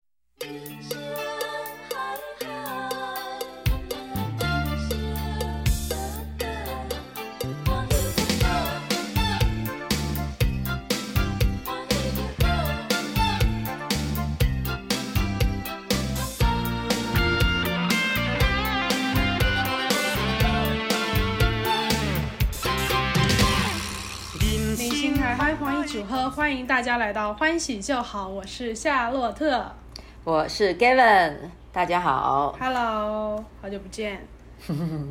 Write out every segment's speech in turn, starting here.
山海海，人生短短，欢喜就好，欢喜就好。人明星生台嗨欢喜酒喝，欢迎大家来到欢喜就好，我是夏洛特我是 Gavin，大家好。 ，Hello，好久不见。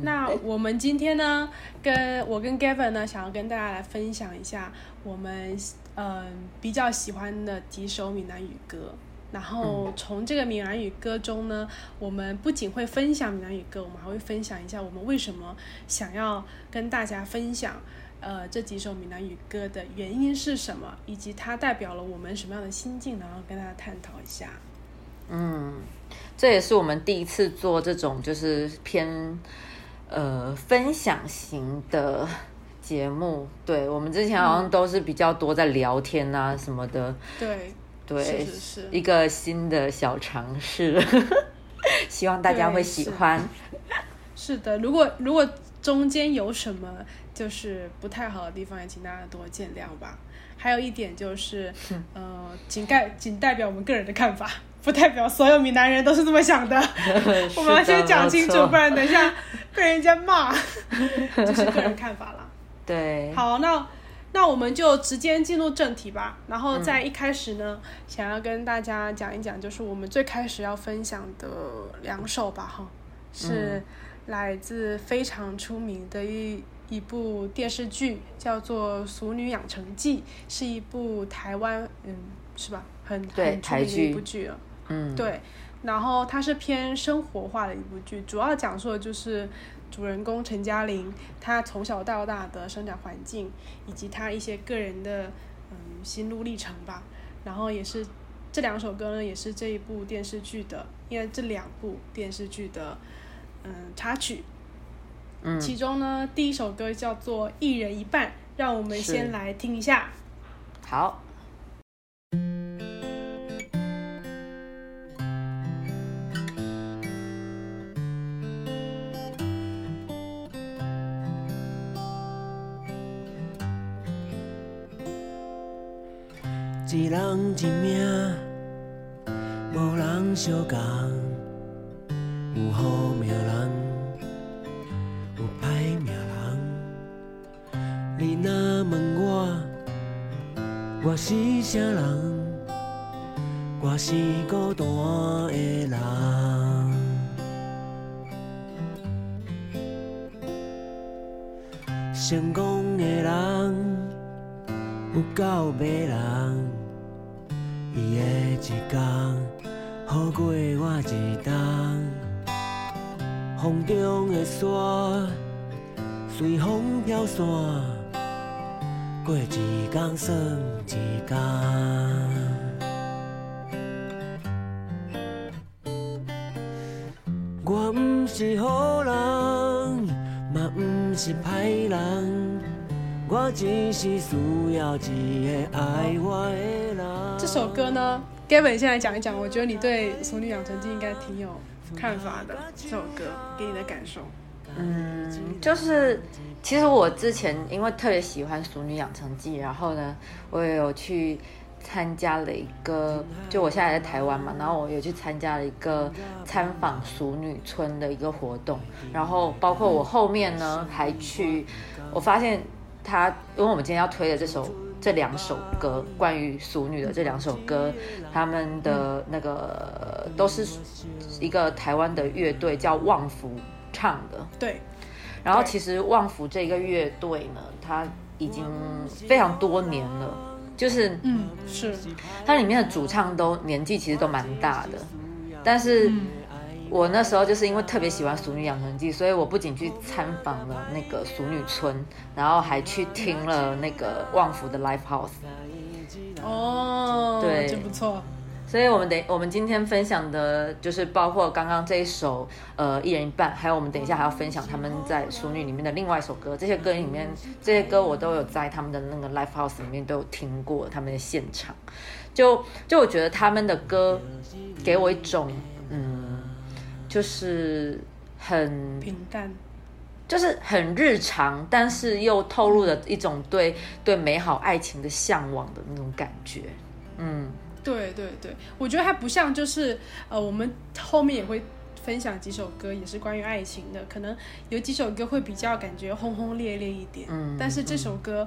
那我们今天呢，跟我跟 Gavin 呢，想要跟大家来分享一下我们嗯、呃比较喜欢的几首闽南语歌。然后从这个闽南语歌中呢，我们不仅会分享闽南语歌，我们还会分享一下我们为什么想要跟大家分享，呃，这几首闽南语歌的原因是什么，以及它代表了我们什么样的心境，然后跟大家探讨一下。这也是我们第一次做这种就是偏呃分享型的节目。对我们之前好像都是比较多在聊天啊什么的，对，对，嗯是是是一个新的小尝试， 希望大家对会喜是欢。是的，如果如果中间有什么就是不太好的地方，也请大家多见谅吧。还有一点就是，呃，仅代仅代表我们个人的看法，不代表所有闽南人都是这么想的。 我们要是的先讲清没楚，错不然等一 下被人家骂，这是个人看法啦。对，好，那那我们就直接进入正题吧。然后嗯在一开始呢，想要跟大家讲一讲，就是我们最开始要分享的两首吧，哈，嗯是来自非常出名的一一部电视剧，叫做《俗女养成记》，是一部台湾，嗯，是吧？很对很出台名的一剧部剧了。嗯，对，然后它是偏生活化的一部剧，主要讲述的就是主人公陈嘉玲她从小到大的生长环境，以及她一些个人的嗯心路历程吧。然后也是这两首歌呢，也是这一部电视剧的，应该这两部电视剧的嗯插曲。嗯其中呢，第一首歌叫做《一人一半》，让我们是先来听一下。好，一人一命，无人相共。有好命人，有歹命人。你若问我，我是啥人？我是孤单的人。成功的人。有够迷人，伊的一天好过我一冬。风中的沙，随风飘散，过一天算一天。我毋是好人，嘛毋是歹人。我只是需要一个爱我的人。嗯这首歌呢，Gavin 先来讲一讲，我觉得你对《俗女养成记》应该挺有看法的。这首歌给你的感受，就是其实我之前因为特别喜欢《熟女养成记》，然后呢，我也有去参加了一个，就我现在在台湾嘛，然后我也去参加了一个参访熟女村的一个活动，然后包括我后面呢还去，我发现他，因为我们今天要推的这首。这两首歌，关于熟女的这两首歌，他们的那个都是一个台湾的乐队叫旺福唱的，对，然后对其实旺福这个乐队呢，它已经非常多年了，就是嗯，是，它里面的主唱都年纪其实都蛮大的，但是我那时候就是因为特别喜欢《俗女养成记》，所以我不仅去参访了那个俗女村，然后还去听了那个旺福的 Live House。哦，嗯对真不错，所以我们等我们今天分享的就是包括刚刚这一首呃一人一半，还有我们等一下还要分享他们在《淑女》里面的另外一首歌。这些歌里面这些歌我都有在他们的那个 live house 里面都有听过他们的现场，就就我觉得他们的歌给我一种嗯，就是很平淡，就是很日常，但是又透露了一种对对美好爱情的向往的那种感觉。嗯，对对对，我觉得它不像就是呃，我们后面也会分享几首歌，也是关于爱情的，可能有几首歌会比较感觉轰轰烈烈一点，嗯但是这首歌。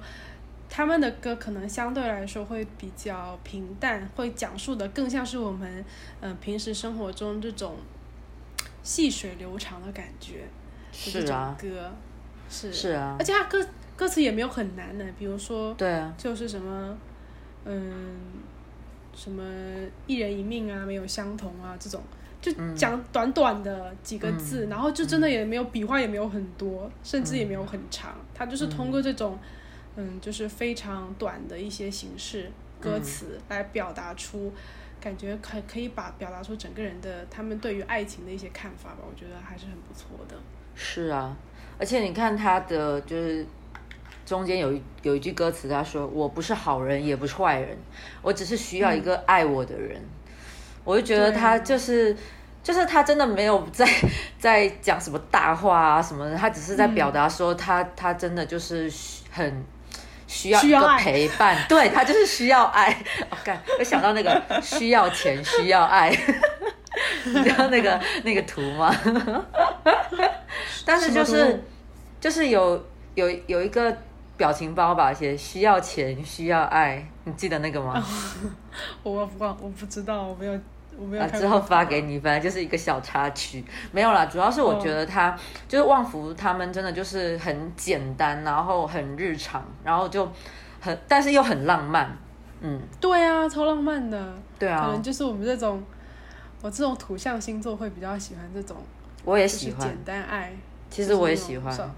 他们的歌可能相对来说会比较平淡，会讲述的更像是我们，嗯、平时生活中这种细水流长的感觉。就是这种啊，歌，是是啊而，且它歌歌词也没有很难的，比如说对啊，就是什么，嗯，什么一人一命啊，没有相同啊这种，就嗯讲短短的几个字，然后就真的也没有笔画也没有很多，甚至也嗯没有很长，它就是通过这种，嗯，就是非常短的一些形式歌嗯词来表达出。感觉可可以把表达出整个人的他们对于爱情的一些看法吧，我觉得还是很不错的。是啊，而且你看他的就是中间有一有一句歌词，他说：“我不是好人，也不是坏人，我只是需要一个爱我的人。我就觉得嗯对啊他就是。就是他真的没有在在讲什么大话啊什么的，他只是在嗯表达说他、他真的就是需很需要需一要个爱陪伴，对他就是需要爱。 我、干，我想到那个需要钱需要爱，你知道那个那个图吗？但是就什么是图就是有有有一个表情包吧，写需要钱需要爱，你记得那个吗？我不忘，我不知道，我没有，我哦没有啊，看过。之后发给你，反正就是一个小插曲，没有啦。主要是我哦觉得他、就是旺福他们真的就是很简单，然后很日常，然后就很但是又很浪漫，嗯，对啊，超浪漫的。对可啊能，就是我们这种，我这种土象星座会比较喜欢这种，我也就喜是欢简，单爱。其就实是我也那种喜欢，少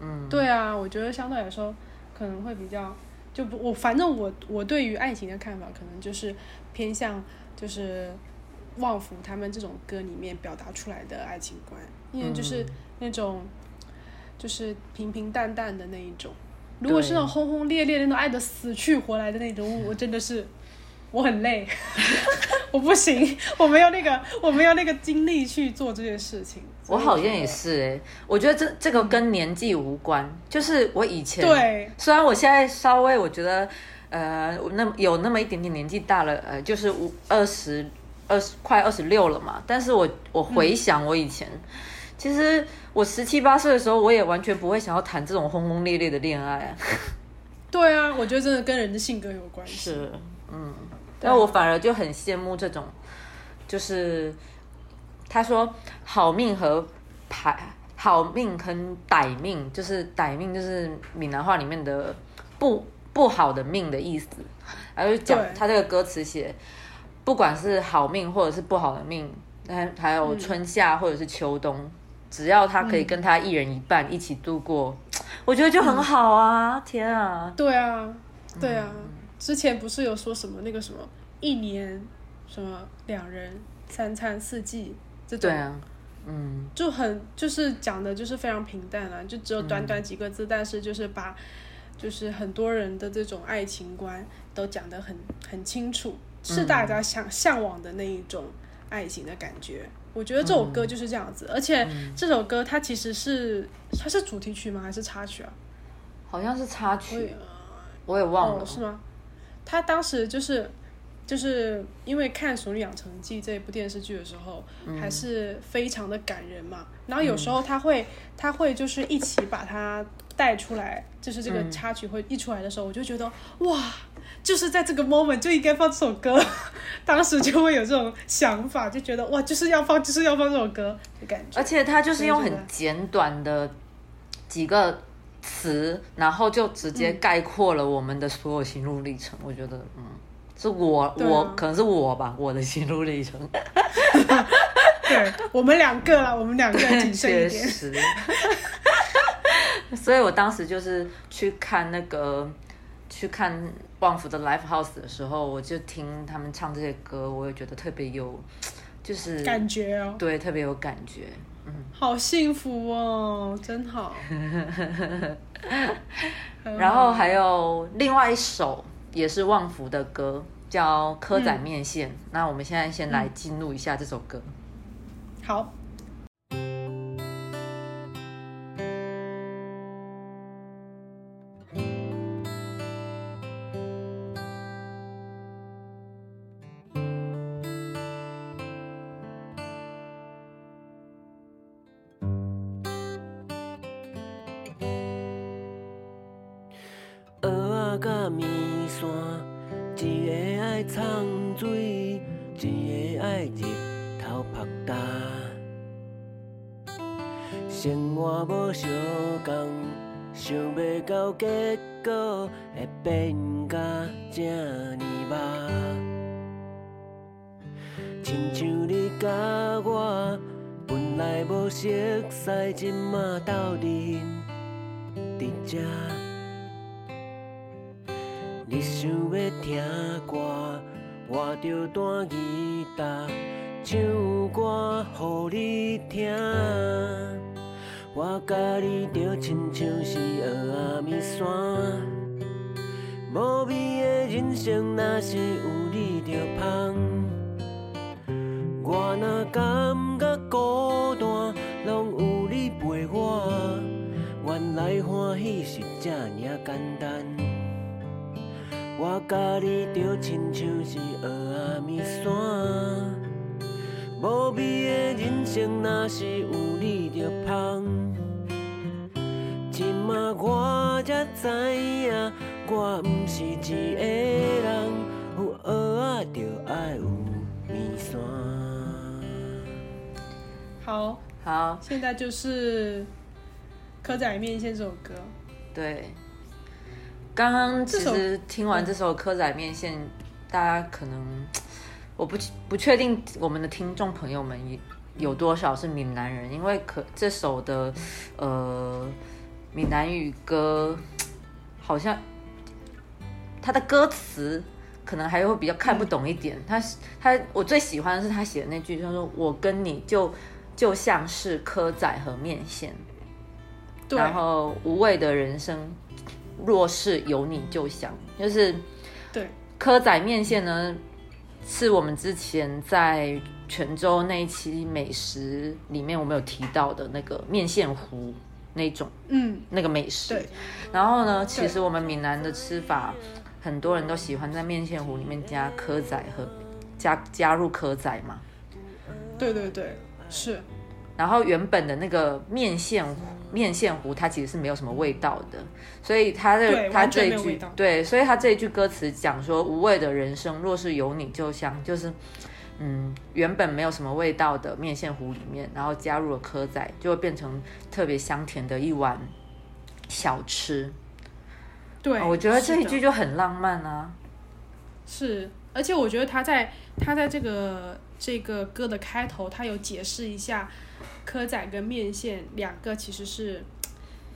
嗯，对啊，我觉得相对来说可能会比较，就不我反正我我对于爱情的看法可能就是偏向就是旺福他们这种歌里面表达出来的爱情观，因为就是嗯那种、就是平平淡淡的那一种。如果是那种对轰轰烈烈的那种爱的死去活来的那种，我真的是我很累， 我不行，我没有那个我没有那个精力去做这件事情。所我以好像觉也得是哎、我觉得这这个跟年纪无关，就是我以前对，虽然我现在稍微我觉得，呃，那么有那么一点点年纪大了，呃，就是五二十二十快二十六了嘛，但是我我回想我以前，其实我十七八岁的时候，我也完全不会想要谈这种轰轰烈烈的恋爱、啊，对啊，我觉得真的跟人的性格有关系。是，嗯，但我反而就很羡慕这种，就是他说好命和歹好命跟歹命，就是歹命就是闽南话里面的不不好的命的意思，然后就讲对他这个歌词写，不管是好命或者是不好的命，还还有春夏或者是秋冬。只要他可以跟他一人一半一起度过，我觉得就很好啊！天啊，对啊，对啊，嗯之前不是有说什么那个什么一年什么两人三餐四季这种，对啊，嗯，就很就是讲的就是非常平淡啊了、就只有短短几个字，但是就是把就是很多人的这种爱情观都讲得很很清楚，是大家想向往的那一种爱情的感觉。我觉得这首歌嗯就是这样子，而且这首歌它其实是它是主题曲吗？还是插曲啊？好像是插我也曲，我也忘了。哦，是吗？他当时就是就是因为看《熟女养成记》这部电视剧的时候，嗯还是非常的感人嘛。然后有时候他会、他会就是一起把它带出来，就是这嗯个插曲会一出来的时候，我就觉得哇，就是在这个 moment 就应该放这首歌， 当时就会有这种想法，就觉得哇，就是要放，就是要放这首歌的感觉。而且他就是用所以很这简短的几个词，然后就直接嗯概括了我们的所有心路历程。我觉得，嗯，是我、对啊我可能是我吧，我的心路历 程。对我们两个啊啦，我们 两个谨慎确一点。实。 所以我当时就是去看那个去看旺福的 Live House 的时候，我就听他们唱这些歌，我也觉得特别有，就是感觉哦，对特别有感觉。好幸福哦，真 好。很好然后还有另外一首也是旺福的歌，叫《蚵仔面线》那我们现在先来进入一下这首歌。好，蚵仔甲面线，一个爱掺水，一个爱日头曝干。生活无相共，想袂到结果会变甲这呢肉。亲像你甲我，本来无熟识，即马斗阵伫遮。你想要听歌，我就弹吉他，唱歌予你听。我甲你就亲像是蚵仔面线，无味的人生若是有你就香。我若感觉孤单，拢有你陪我。原来欢喜是这尔简单。我甲你就亲像是蚵仔面线，无味的人生若是有你就香。即马我才知影，我毋是一个人，有蚵仔就爱有面线。好，好，现在就是《蚵仔面线》这首歌。对，刚刚其这实听完这首《蚵仔面线》，大家可能我不不确定我们的听众朋友们有有多少是闽南人，因为可这首的呃闽南语歌好像它的歌词。可能还会比较看不懂一点，他他我最喜欢的是他写的那句，他说：“我跟你就就像是蚵仔和面线。”对，然后无畏的人生，若是有你就香，就是对，蚵仔面线呢，是我们之前在泉州那一期美食里面我们有提到的那个面线糊那种嗯，那个美食对。然后呢，其实我们闽南的吃法，很多人都喜欢在面线糊里面加蚵仔和加加入蚵仔嘛。对对对，是，然后原本的那个面线面线糊，它其实是没有什么味道的，所以它的对它完这全没一有味句道对，所以它这一句歌词讲说无味的人生若是有你就香，就是嗯原本没有什么味道的面线糊里面，然后加入了蚵仔，就会变成特别香甜的一碗小吃。哦对，我觉得这一是的句就很浪漫啊，是，而且我觉得他在他在这个这个歌的开头，他有解释一下蚵仔跟面线两个其实是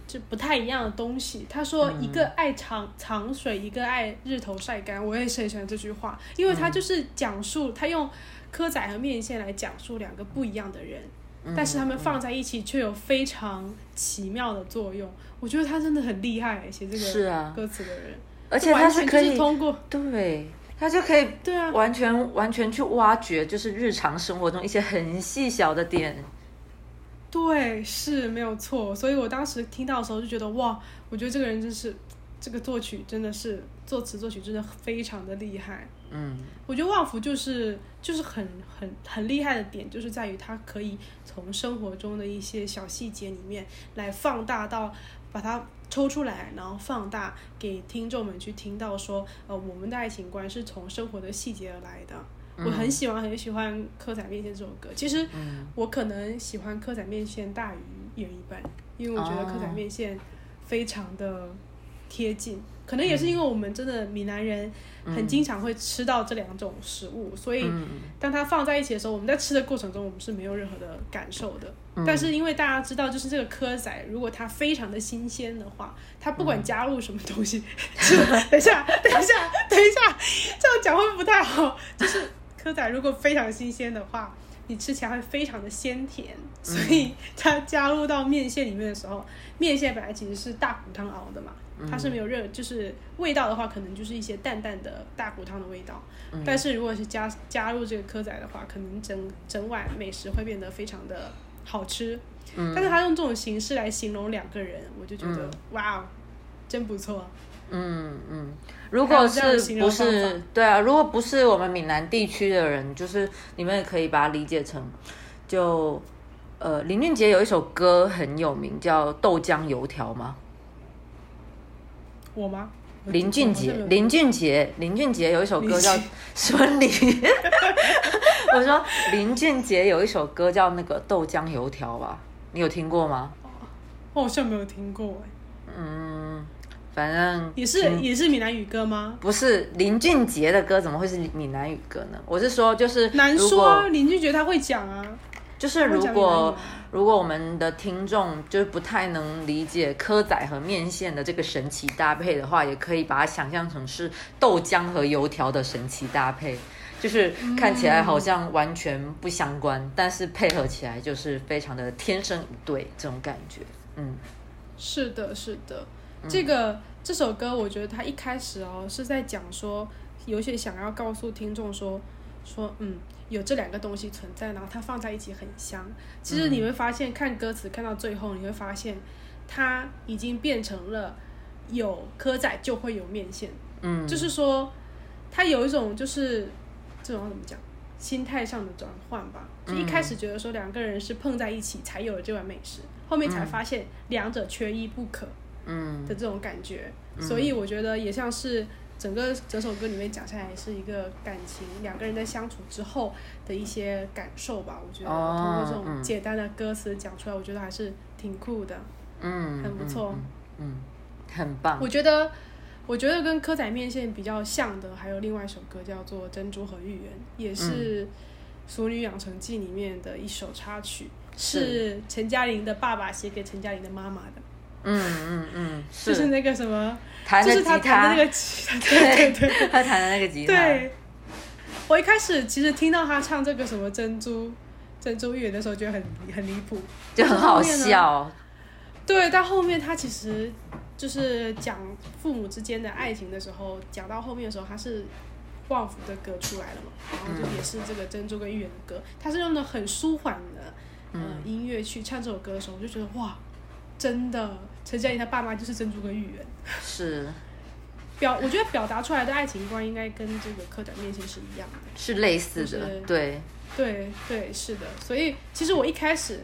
这不太一样的东西。他说一个爱长长水，一个爱日头晒干。我也是很喜欢这句话，因为他就是讲述、他用蚵仔和面线来讲述两个不一样的人。嗯但是他们放在一起却有非常奇妙的作用，我觉得他真的很厉害，写这是个啊，歌词的人，而且它完是全可就是以通过对，它就可以对啊，完全完全去挖掘，就是日常生活中一些很细小的点。对，是没有错。所以我当时听到的时候就觉得，哇，我觉得这个人真是，这个作曲真的是作词作曲真的非常的厉害。嗯，我觉得旺福就是就是很很很厉害的点，就是在于他可以从生活中的一些小细节里面来放大到把它抽出来，然后放大给听众们去听到说，呃，我们的爱情观是从生活的细节而来的。我很喜欢很喜欢《蚵仔面线》这首歌，其实我可能喜欢《蚵仔面线》大于原一半，因为我觉得《蚵仔哦面线》非常的贴近，可能也是因为我们真的闽南人很经常会吃到这两种食物，所以嗯当它放在一起的时候，我们在吃的过程中，我们是没有任何的感受的。但是因为大家知道，就是这个蚵仔，如果它非常的新鲜的话，它不管加入什么东西，就等一下，等一下，等一下，这样讲会不太好。就是蚵仔如果非常新鲜的话，你吃起来会非常的鲜甜，所以它加入到面线里面的时候，面线本来其实是大骨汤熬的嘛，它是没有热，就是味道的话，可能就是一些淡淡的大骨汤的味道。但是如果是加加入这个蚵仔的话，可能整整碗美食会变得非常的好吃。嗯但是他用这种形式来形容两个人，我就觉得、哇哦，真不错。嗯嗯，如还果有这样的是形不容方是法对啊？如果不是我们闽南地区的人，就是你们也可以把它理解成，就呃，林俊杰有一首歌很有名，叫《豆浆油条》嘛。我吗？林俊杰我好像没，有哦林俊杰，林俊杰有一首歌叫林《俊 孙林》，我说林俊杰有一首歌叫那个《豆浆油条》吧，你有听过吗？我好像没有听过哎、嗯，反正嗯也是、也是闽南语歌吗？不是林俊杰的歌，怎么会是闽南语歌呢？我是说，就是难如说啊，果林俊杰他会讲啊，就是他会如讲闽南语果吗如果我们的听众就是不太能理解蚵仔和面线的这个神奇搭配的话，也可以把它想象成是豆浆和油条的神奇搭配，就是看起来好像完全不相关，但是配合起来就是非常的天生一对这种感觉。嗯是的，是的，这个这首歌，我觉得他一开始哦是在讲说，有些想要告诉听众说，说嗯有这两个东西存在，然后它放在一起很香。其实你会发现，看歌词看到最后，你会发现它已经变成了有蚵仔就会有面线，嗯，就是说它有一种就是这种要怎么讲？心态上的转换吧，就一开始觉得说两个人是碰在一起才有了这碗美食，后面才发现两者缺一不可。嗯的这种感觉，所以我觉得也像是整个整首歌里面讲下来是一个感情，两个人在相处之后的一些感受吧。我觉得哦通过这种嗯简单的歌词讲出来，我觉得还是挺酷的，嗯，很不错。嗯，嗯，很棒。我觉得，我觉得跟蚵仔面线比较像的，还有另外一首歌叫做《珍珠和芋圆》，也是《俗女养成记》里面的一首插曲，是是陈嘉玲的爸爸写给陈嘉玲的妈妈的，嗯嗯嗯，就是是那个什么，弹就的是吉他他，弹的那个 吉他，对对对对。 他弹的那个吉他，对，我一开始其实听到他唱这个什么珍珠珍珠芋圆的时候，觉得很很离谱。就很好啊笑。对，到后面他其实就是讲父母之间的爱情的时候，讲到后面的时候，他是旺福的歌出来了嘛，然后就也是这个珍珠跟芋圆的歌，他是用的很舒缓的呃音乐去唱这首歌的时候，我就觉得哇，真的陈嘉玲她爸妈就是珍珠跟芋圆。是表我觉得表达出来的爱情观应该跟这个蚵仔面线是一样的。是类似就的是，对，对对，是的。所以其实我一开始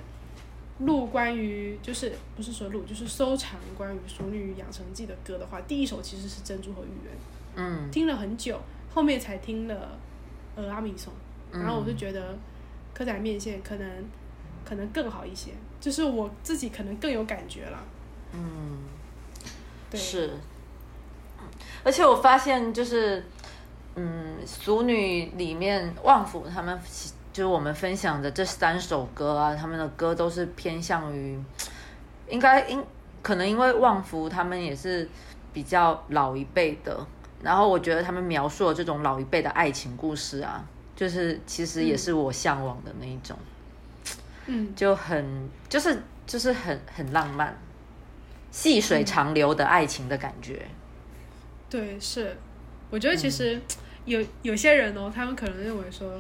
录关于就是不是说录，就是收藏关于《熟女养成记》的歌的话，第一首其实是《珍珠和芋圆嗯》，听了很久，后面才听了呃阿米松，嗯然后我就觉得蚵仔面线可能可能更好一些，就是我自己可能更有感觉了。嗯，对，是。而且我发现就是，嗯，《俗女》里面旺福他们就是我们分享的这三首歌啊，他们的歌都是偏向于，应该应可能因为旺福他们也是比较老一辈的，然后我觉得他们描述的这种老一辈的爱情故事啊，就是其实也是我向往的那一种。嗯，就很就是就是很很浪漫，细水长流的爱情的感觉。对，是，我觉得其实有有些人哦，他们可能认为说，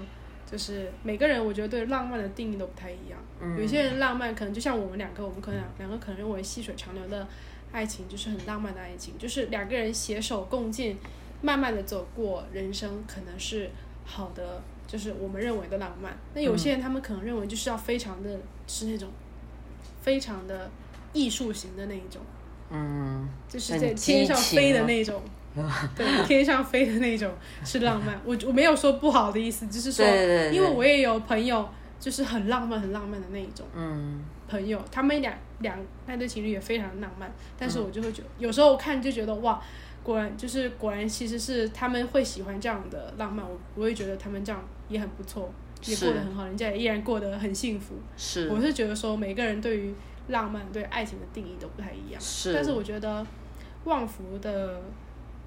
就是每个人我觉得对浪漫的定义都不太一样。嗯有些人浪漫可能就像我们两个，我们可能两个可能认为细水长流的爱情就是很浪漫的爱情，就是两个人携手共进，慢慢的走过人生，可能是好的，就是我们认为的浪漫。那有嗯些人他们可能认为就是要非常的，是那种非常的艺术型的那一种。嗯，就是很在激天上飞情的啊那 种，对，天上飞的那种是浪漫。我我没有说不好的意思，只是说，对对对，因为我也有朋友就是很浪漫、很浪漫的那一种嗯朋友，他们两两那对情侣也非常浪漫，但是我就会觉得，有时候我看就觉得哇，果然就是果然其实是他们会喜欢这样的浪漫，我我会觉得他们这样也很不错，也过是得很好，人家也依然过得很幸福。是我是觉得说每个人对于浪漫、对爱情的定义都不太一样。是，但是我觉得旺福的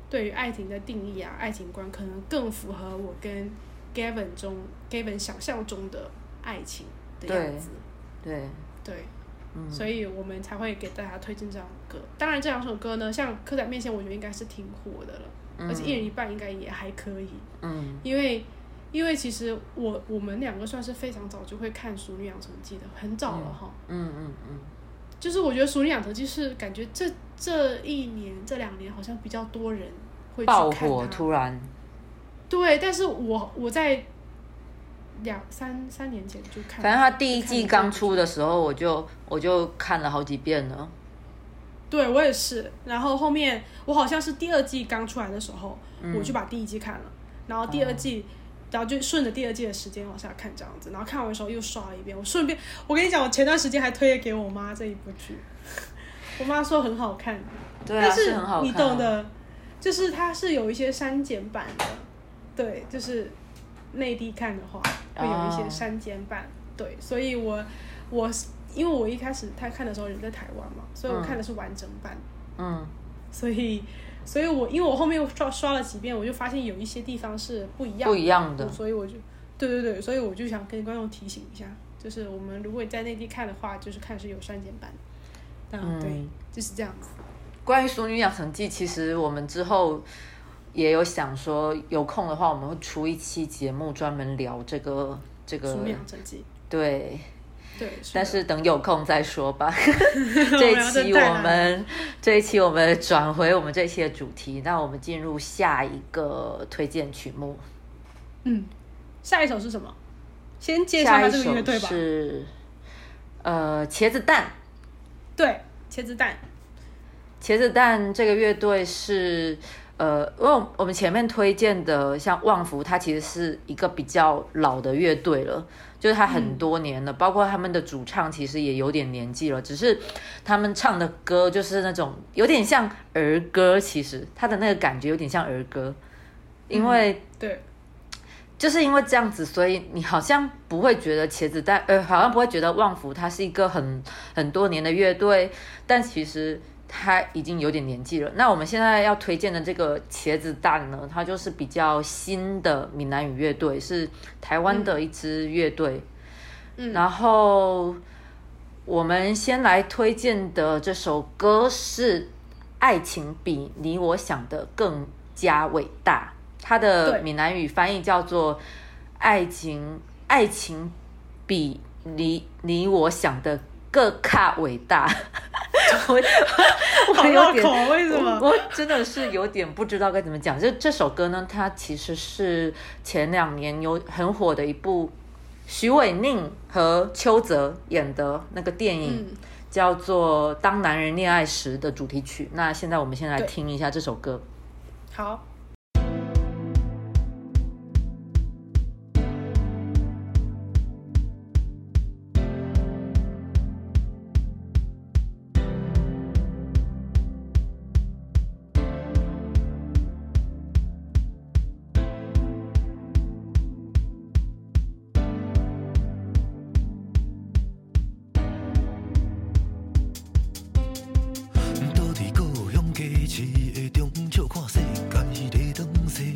对于爱情的定义啊，爱情观可能更符合我跟 Gavin 中 Gavin 想象中的爱情的样子。对，对，嗯，所以我们才会给大家推荐这首歌。当然，这两首歌呢，像《刻在面前》，我觉得应该是挺火的了，而且一人一半应该也还可以，嗯因为因为其实我我们两个算是非常早就会看《熟女养成记》的，很早了哈。嗯嗯嗯就是我觉得《熟女养成记》是感觉这这一年这两年好像比较多人会去嗯，爆看火它突然，对，但是我我在两三三年前就看，反正它第一季看刚出的时候，我就我就看了好几遍了。对我也是。然后后面我好像是第二季刚出来的时候，嗯我就把第一季看了，然后第二哦季。然后就顺着第二季的时间往下看，这样子，然后看完的时候又刷了一遍。我顺便，我跟你讲，我前段时间还推了给我妈这一部剧，我妈说很好看，对啊，但是很好看，你懂，的，就是它是有一些删减版的，对，就是内地看的话会有一哦些删减版，对，所以我我是因为我一开始他看的时候人在台湾嘛，所以我嗯看的是完整版，嗯所以所以我因为我后面刷刷了几遍，我就发现有一些地方是不一样不一样的所以我就对对对，所以我就想跟观众提醒一下，就是我们如果在内地看的话，就是看是有删减版，那、对嗯，。就是这样子。关于《熟女养成记》，其实我们之后也有想说，有空的话我们会出一期节目专门聊这个这《个熟女养成记对，》对，但的 是等有空再说吧。这一期我要再我来们这一期我们转回我们这一期的主题，那我们进入下一个推荐曲目，嗯，下一首是什么？先介绍下下一这个乐首队吧。是呃茄子蛋。对，茄子蛋。茄子蛋这个乐队是，呃，因为我们前面推荐的像旺福，它其实是一个比较老的乐队了，就是它很多年了，包括他们的主唱其实也有点年纪了，只是他们唱的歌就是那种有点像儿歌，其实它的那个感觉有点像儿歌，因为、对，就是因为这样子，所以你好像不会觉得茄子蛋，呃，好像不会觉得旺福它是一个很很多年的乐队，但其实它已经有点年纪了。那我们现在要推荐的这个茄子蛋呢，它就是比较新的闽南语乐队，是台湾的一支乐队。嗯然后我们先来推荐的这首歌是《爱情比你我想的更加伟大》，它的对闽南语翻译叫做“爱情爱情比你你我想的更卡伟 大”我。 我好我有绕点口，哦为什么？我真的是有点不知道该怎么讲。这这首歌呢，它其实是前两年有很火的一部徐伟宁和邱泽演的那个电影，嗯叫做《当男人恋爱时》的主题曲。那现在我们先来对听一下这首歌。好，倒底个有勇气，市的中笑看世界，迄个东西。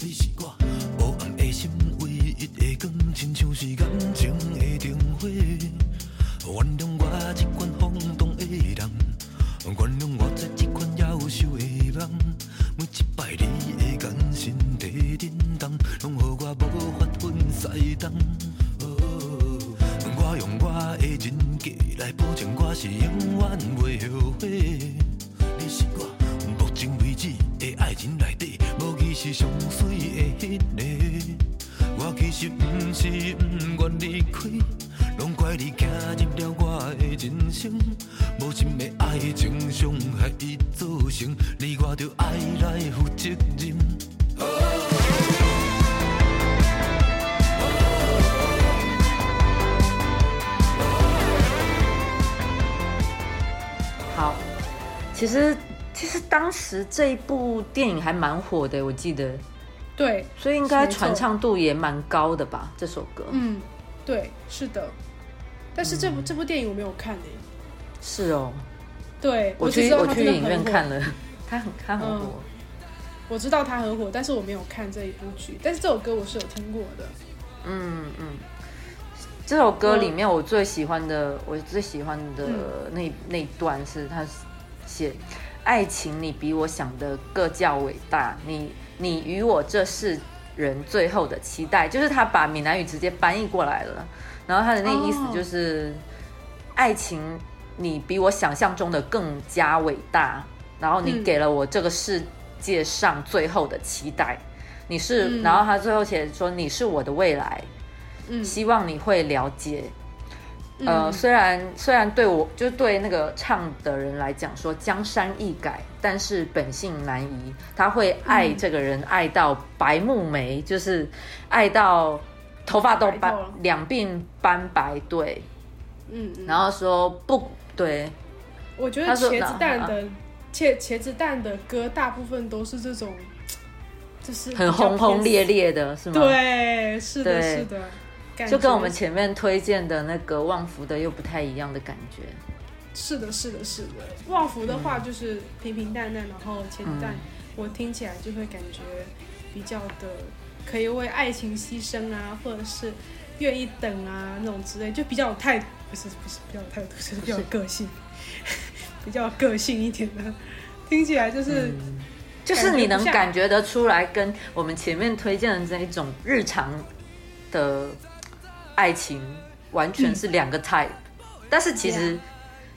你是我黑暗的心唯一的光，亲像是感情的灯火。原谅我这款放荡的人，原谅我做这款夭寿的梦。每一摆你的眼神在震动，拢予我无法分西东。哦我用我的人格来保证，我是永远袂后悔。你是我目前为止的爱情内底，无疑是上水的迄个。我其实不是不愿离开，拢怪你走入了我的人生。无心的爱情伤害已造成，你我着爱来负责任。好，其实其实当时这一部电影还蛮火的，我记得，对，所以应该没错传唱度也蛮高的吧？这首歌、嗯，对，是的。但是嗯这部、这部电影我没有看诶、是哦，对，我只去知道我它去真的影很院火看，了， 它很它很嗯火。我知道它很火，但是我没有看这一部剧。但是这首歌我是有听过的。嗯，嗯，这首歌里面我最喜欢的，我最喜欢的嗯那、那一段是他写：“爱情，你比我想的更叫伟大，你你与我这世人最后的期待。”就是他把闽南语直接翻译过来了，然后他的那个意思哦就是：“爱情，你比我想象中的更加伟大，然后你嗯给了我这个世界上最后的期待。”你是，嗯然后他最后写说你是我的未来，嗯希望你会了解。呃，嗯虽然虽然对我就对那个唱的人来讲说江山易改，但是本性难移。他会爱这个人、爱到白目眉，就是爱到头发都白斑透了两鬓斑白，对。嗯嗯。然后说不对，我觉得他说茄哪子蛋啊的茄茄子蛋的歌大部分都是这种，就是很比较轰轰偏烈烈的是吗？，对，是的，对是的，感就跟觉我们前面推荐的那个旺福的又不太一样的感觉。是的，是的，是的。旺福的话就是平平淡淡，然后前淡，嗯我听起来就会感觉比较的可以为爱情牺牲啊，或者是愿意等啊那种之类，就比较有态度，不是不是比较有态度，就是比较有个性， 比较有个性一点的，听起来就是、就是你能感觉得出来，跟我们前面推荐的这一种日常的爱情完全是两个 type，、但是其实、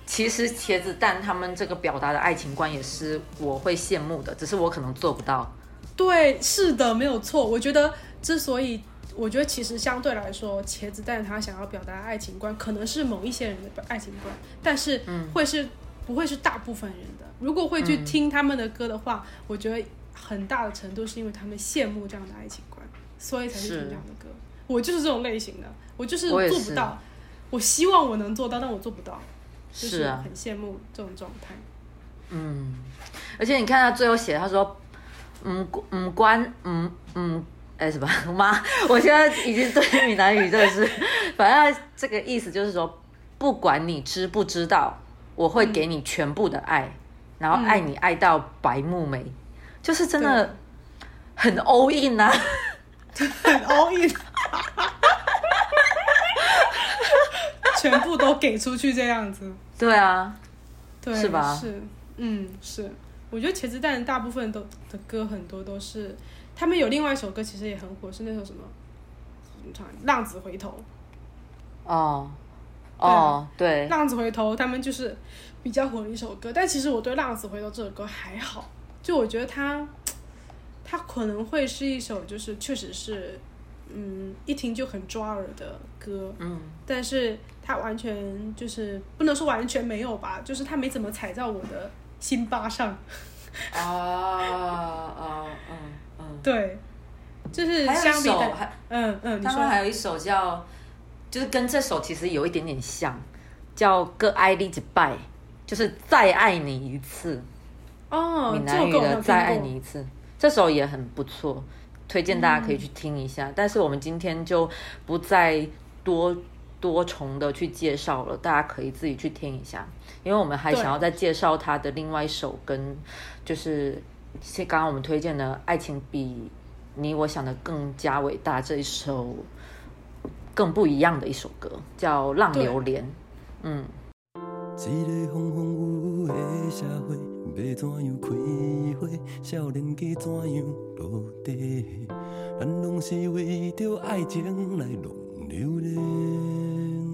其实茄子蛋他们这个表达的爱情观也是我会羡慕的，只是我可能做不到。对，是的，没有错。我觉得之所以，我觉得其实相对来说，茄子蛋他想要表达的爱情观，可能是某一些人的爱情观，但是会是、不会是大部分人的。如果会去听他们的歌的话，嗯我觉得很大的程度是因为他们羡慕这样的爱情观，所以才去听是这样的歌。我就是这种类型的，我就是我也做是不到。我希望我能做到，但我做不到，就是啊，很羡慕这种状态。嗯，而且你看他最后写，他说，嗯嗯关嗯嗯，哎、什么 妈，我现在已经对闽南语真的是， 反正这个意思就是说，不管你知不知道，我会给你全部的爱，然后爱你爱到白目眉，就是真的很 all in 啊，很 all in，全部都给出去这样子， 对啊，对，是吧是，嗯，是。我觉得茄子蛋大部分都的歌很多都是，他们有另外一首歌其实也很火，是那首什么？怎么唱来着？浪子回头，哦哦对，浪子回头，他们就是比较火的一首歌。但其实我对浪子回头这首歌还好，就我觉得它，它可能会是一首就是确实是，嗯，一听就很抓耳的歌，嗯但是他完全就是不能说完全没有吧，就是他没怎么踩在我的心巴上。啊啊嗯嗯，对，就是还有相一比首的，还。嗯嗯，你他们说还有一首叫，就是跟这首其实有一点点像，叫《各爱你一拜》，就是再爱你一次，哦闽，这南首语歌我的没《有再爱听过。你一次》，这首也很不错，推荐大家可以去听一下。但是我们今天就不再多多重的去介绍了，大家可以自己去听一下，因为我们还对想要再介绍他的另外一首跟就是是刚刚我们推荐的《爱情比你我想的更加伟大》这一首更不一样的一首歌，叫《浪流连》。嗯，一个风风雨雨的社会，要怎样开花？少年家怎样落地？咱拢是为着爱情来浪流连。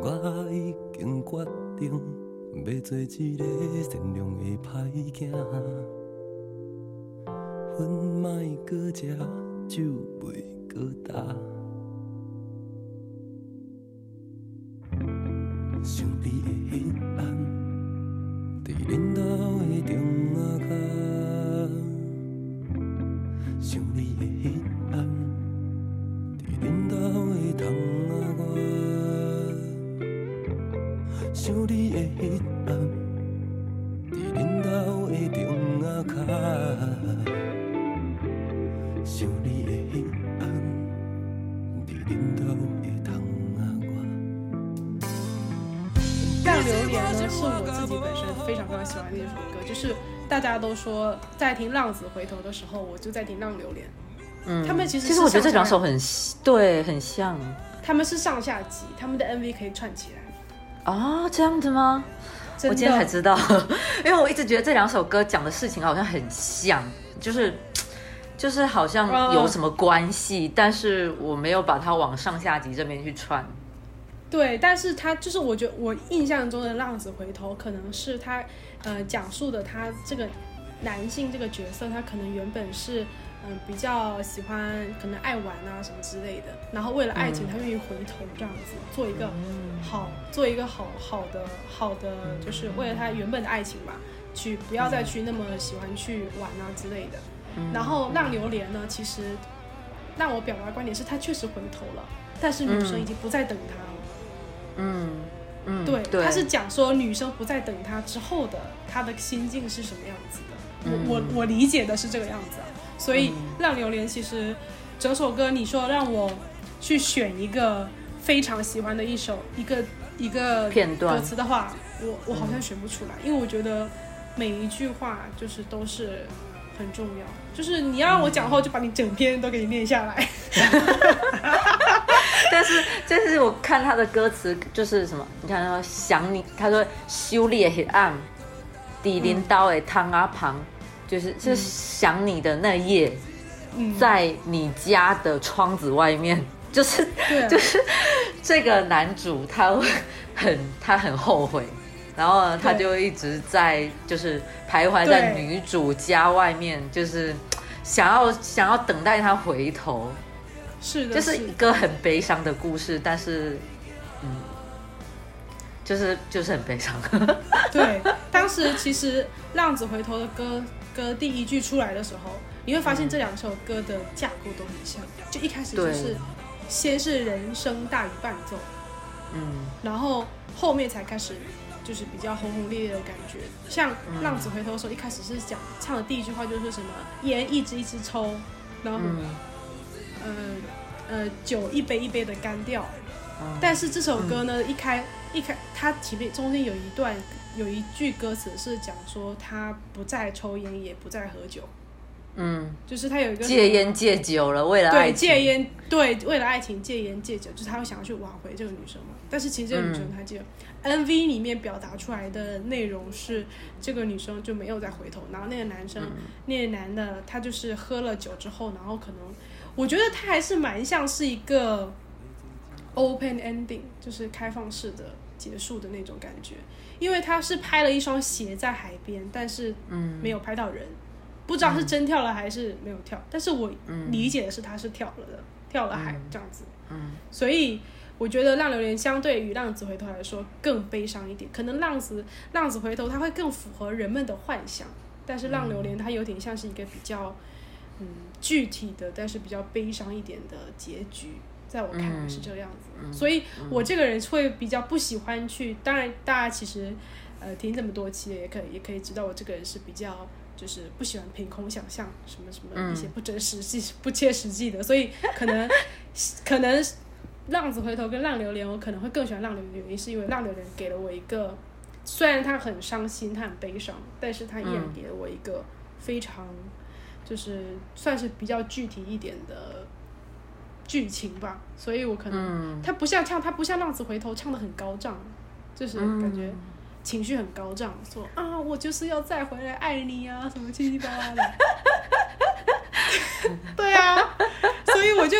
我已经决定，要做一个善良的歹仔。烟莫搁食，酒袂搁干。想你的彼暗，伫恁兜的中仔角。想你的彼暗，伫恁兜的窗仔外。想你的彼暗，伫恁兜的中仔角。想你的彼暗，伫恁兜的窗仔外。干榴莲呢是我自己本身非常非常喜欢的一首歌，就是大家都说在听《浪子回头》的时候，我就在听《浪榴莲》，嗯他们其实其是实我觉得这上下两首很对，很像他们是上下集，他们的 MV 可以串起来。啊、这样子吗？真的我今天才知道， 因为我一直觉得这两首歌讲的事情好像很像，就是就是好嗯像有什么关系，但是我没有把它往上下级这边去串。对，但是他就是我觉得我印象中的《浪子回头》，可能是他呃讲述的他这个男性这个角色，他可能原本是嗯、比较喜欢可能爱玩啊什么之类的，然后为了爱情他愿意回头这样子做一个好做一个好好的好的，就是为了他原本的爱情吧，去不要再去那么喜欢去玩啊之类的。然后《浪流连》呢，其实让我表达的观点是他确实回头了，但是女生已经不再等他了。嗯嗯，对，对，他是讲说女生不再等他之后的她的心境是什么样子的。我嗯我我理解的是这个样子啊，所以《让榴莲》其实整首歌，你说让我去选一个非常喜欢的一首一个一个片段嗯歌词的话，我我好像选不出来，因为我觉得每一句话就是都是很重要，就是你要让我嗯讲后，就把你整篇都给你念下来。但是但是我看他的歌词就是什么，你看他说想你，他说修炼黑暗，底镰刀诶汤阿旁，就是就是想你的那夜，嗯，在你家的窗子外面， 就是对啊就是这个男主他会很他很后悔，然后呢他对就一直在就是徘徊在对女主家外面，就是想要想要等待她回头，是的，就是的一个很悲伤的故事，但是嗯，就是就是很 悲伤，对，当时其实《浪子回头》的歌歌第一句出来的时候，你会发现这两首歌的架构都很像，就一开始就嗯对是先是人声大于伴奏，嗯然后后面才开始就是比较轰轰烈烈的感觉。像《嗯浪子回头》的时候，一开始是讲唱的第一句话就是什么烟一支一支抽，然后、嗯呃呃酒一杯一杯的干掉。嗯但是这首歌呢，一开一开，它前面中间有一段有一句歌词是讲说他不再抽烟，也不再喝酒，嗯，就是他有一个戒烟戒酒了，为了爱对情戒烟，对为了爱情戒烟戒酒，就是他会想要去挽回这个女生嘛。但是其实这个女生她就、MV 里面表达出来的内容是这个女生就没有再回头，然后那个男嗯生、那个男的他就是喝了酒之后，然后可能我觉得他还是蛮像是一个 open ending，就是开放式的结束的那种感觉，因为他是拍了一双鞋在海边，但是嗯没有拍到人，不知道是真跳了还是没有跳，但是我理解的是他是跳了的，跳了海这样子，嗯所以我觉得《浪流连》相对于《浪子回头》来说更悲伤一点，可能《浪子浪子回头》它会更符合人们的幻想，但是《浪流连》它有点像是一个比较嗯具体的，但是比较悲伤一点的结局，在我看来是这个样子。所以我这个人会比较不喜欢去，当然大家其实呃听这么多期也可以也可以知道我这个人是比较。就是不喜欢凭空想象什么什么一些不真实际、 不切实际的，所以可能可能浪子回头跟浪流连，我可能会更喜欢浪流连的原因，是因为浪流连给了我一个，虽然他很伤心，他很悲伤，但是他依然嗯给了我一个非常，就是算是比较具体一点的剧情吧，所以我可能、嗯他不像唱，他不像浪子回头唱的很高涨，就是嗯感觉。情绪很高涨，说啊，我就是要再回来爱你啊，什么七七八八的。 对啊，所以我就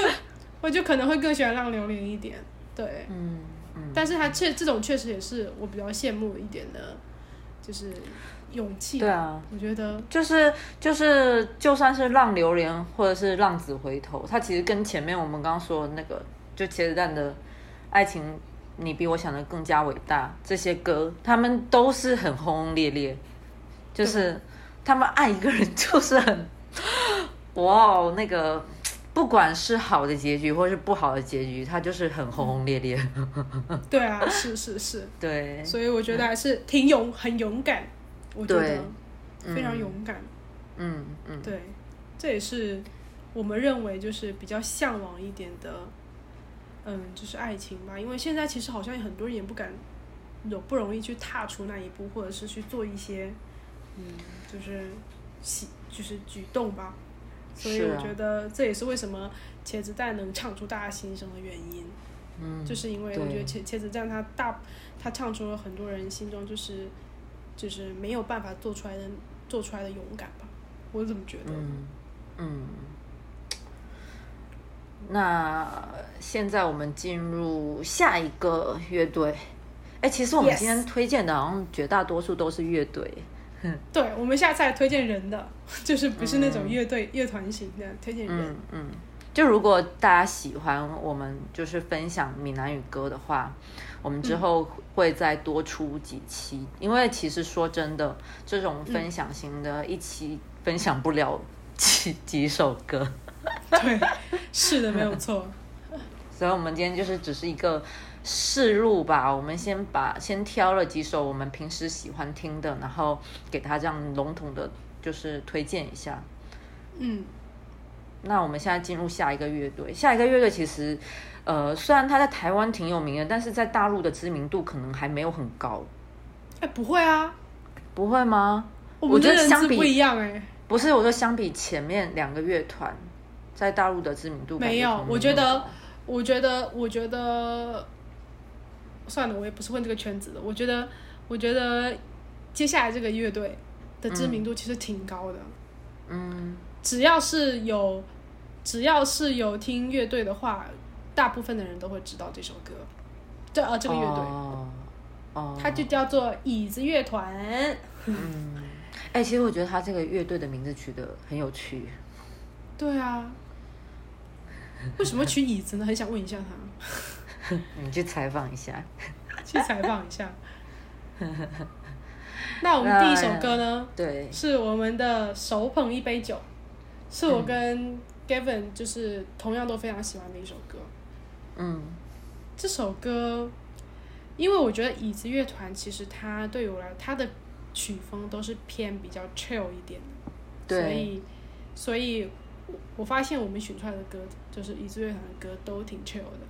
我就可能会更喜欢浪流连一点，对。嗯嗯。但是他确这种确实也是我比较羡慕一点的，就是勇气。对，啊，我觉得就是就是，就算是浪流连或者是浪子回头，它其实跟前面我们刚刚说的那个，就茄子蛋的爱情，你比我想的更加伟大，这些歌他们都是很轰轰烈烈，就是他们爱一个人 就是很，哇哦，那个不管是好的结局或是不好的结局，它就是很轰轰烈 烈，对啊，是是是， 对，所以我觉得还是挺勇，很勇敢，我觉对得非常嗯勇敢。嗯嗯，对，这也是我们认为就是比较向往一点的，嗯，就是爱情吧。因为现在其实好像很多人也不敢，有不容易去踏出那一步，或者是去做一些，嗯，就是喜就是举动吧。所以是我啊觉得这也是为什么茄子蛋能唱出大家心声的原因，嗯，就是因为对我觉得茄茄子蛋他大他唱出了很多人心中就是就是没有办法做出来的做出来的勇敢吧，我怎么觉得？嗯嗯。那现在我们进入下一个乐队。哎，其实我们 Yes 今天推荐的好像绝大多数都是乐队。对我们下次还推荐人的，就是不是那种乐队、乐团型的，推荐人。嗯嗯，就如果大家喜欢我们就是分享闽南语歌的话，我们之后会再多出几期，因为其实说真的，这种分享型的，一期分享不了几几首歌，对，是的，没有错。 所以我们今天就是只是一个试录吧，我们先把先挑了几首我们平时喜欢听的，然后给他这样笼统的，就是推荐一下。嗯，那我们现在进入下一个乐队，下一个乐队其实，呃，虽然它在台湾挺有名的，但是在大陆的知名度可能还没有很高，哎，不会啊，不会吗？我我们觉的得认知相比不一样哎、不是，我说相比前面两个乐团，在大陆的知名度感觉没有可能我觉那么得高我觉得，我觉得，算了，我也不是混这个圈子的。我觉得，我觉得接下来这个乐队的知名度其实挺高的。嗯，只要是有，只要是有听乐队的话，大部分的人都会知道这首歌。这呃，这个乐队，哦，哦它就叫做椅子乐团。哎、其实我觉得他这个乐队的名字取得很有趣，对啊，为什么取椅子呢？很想问一下他，你去采访一下。去采访一下。那我们第一首歌呢？对，是我们的手捧一杯酒，是我跟 Gavin 就是同样都非常喜欢的一首歌。嗯这首歌，因为我觉得椅子乐团其实它对我来，它的曲风都是偏比较 chill 一点的，对所以所以我我发现我们选出来的歌，就是椅子乐团的歌都挺 chill 的。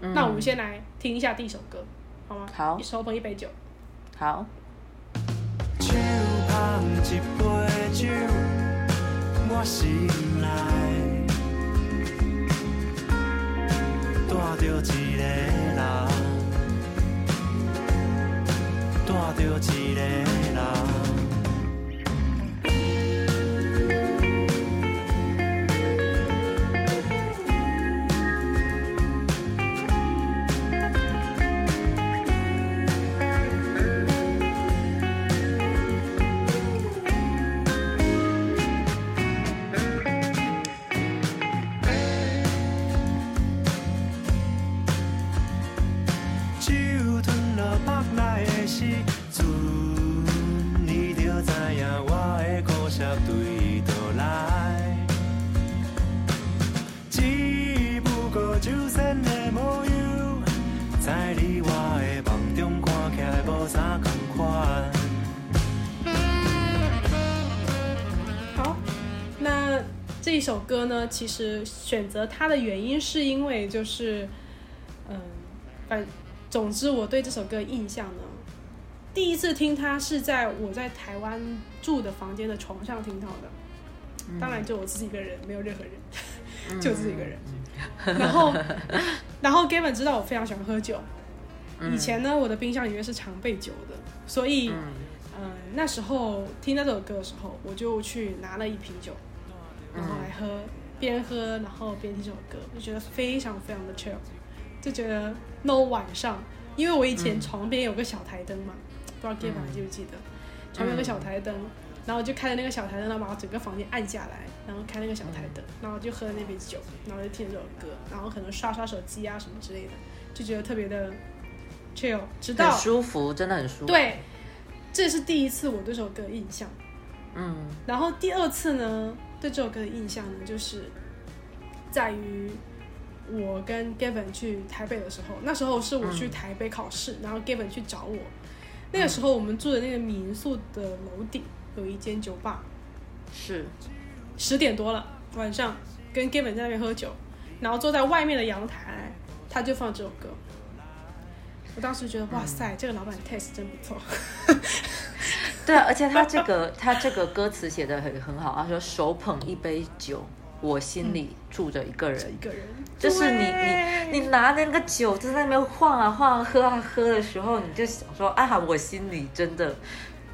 嗯，那我们先来听一下第一首歌，好吗？好手捧一杯酒。好，手捧一杯酒，我心内带着一个人，带着一个人。酒吞落腹内的时阵，你就知影我的苦涩对倒来。只不过酒仙的模样，在你我的梦中看起来无啥同款。好，那这一首歌呢，其实选择它的原因是因为就是，嗯，反总之我对这首歌的印象呢，第一次听它是在我在台湾住的房间的床上听到的，当然就我自己一个人，没有任何人，就自己一个人。 然后， 然后 Gavin 知道我非常喜欢喝酒，以前呢我的冰箱里面是常备酒的，所以。嗯，那时候听那首歌的时候，我就去拿了一瓶酒，然后来喝，边喝然后边听这首歌，就觉得非常非常的 chill，就觉得那种晚上，因为我以前床边有个小台灯嘛，不知道 g a v i 还记不记得，床边有个小台灯，然后我就开着那个小台灯，然后把我整个房间暗下来，然后开那个小台灯，然后就喝了那杯酒，然后就听这首歌，然后可能刷刷手机啊什么之类的，就觉得特别的 chill，直很到舒服，真的很舒服。，对，这是第一次我对这首歌的印象。嗯然后第二次呢，对这首歌的印象呢，就是在于我跟 Gavin 去台北的时候，那时候是我嗯去台北考试，然后 Gavin 去找我。那个时候我们住的那个民宿的楼顶有一间酒吧，是，十点多了晚上，跟 Gavin 在那边喝酒，然后坐在外面的阳台，他就放这首歌。我当时觉得哇塞，这个老板 taste 真不错。 对啊，而且他这个他这个歌词写的很很好，他说手捧一杯酒，我心里住着一个人。一个人，就是你你你拿着那个酒就在那边晃啊晃啊喝啊喝的时候，你就想说啊，我心里真的。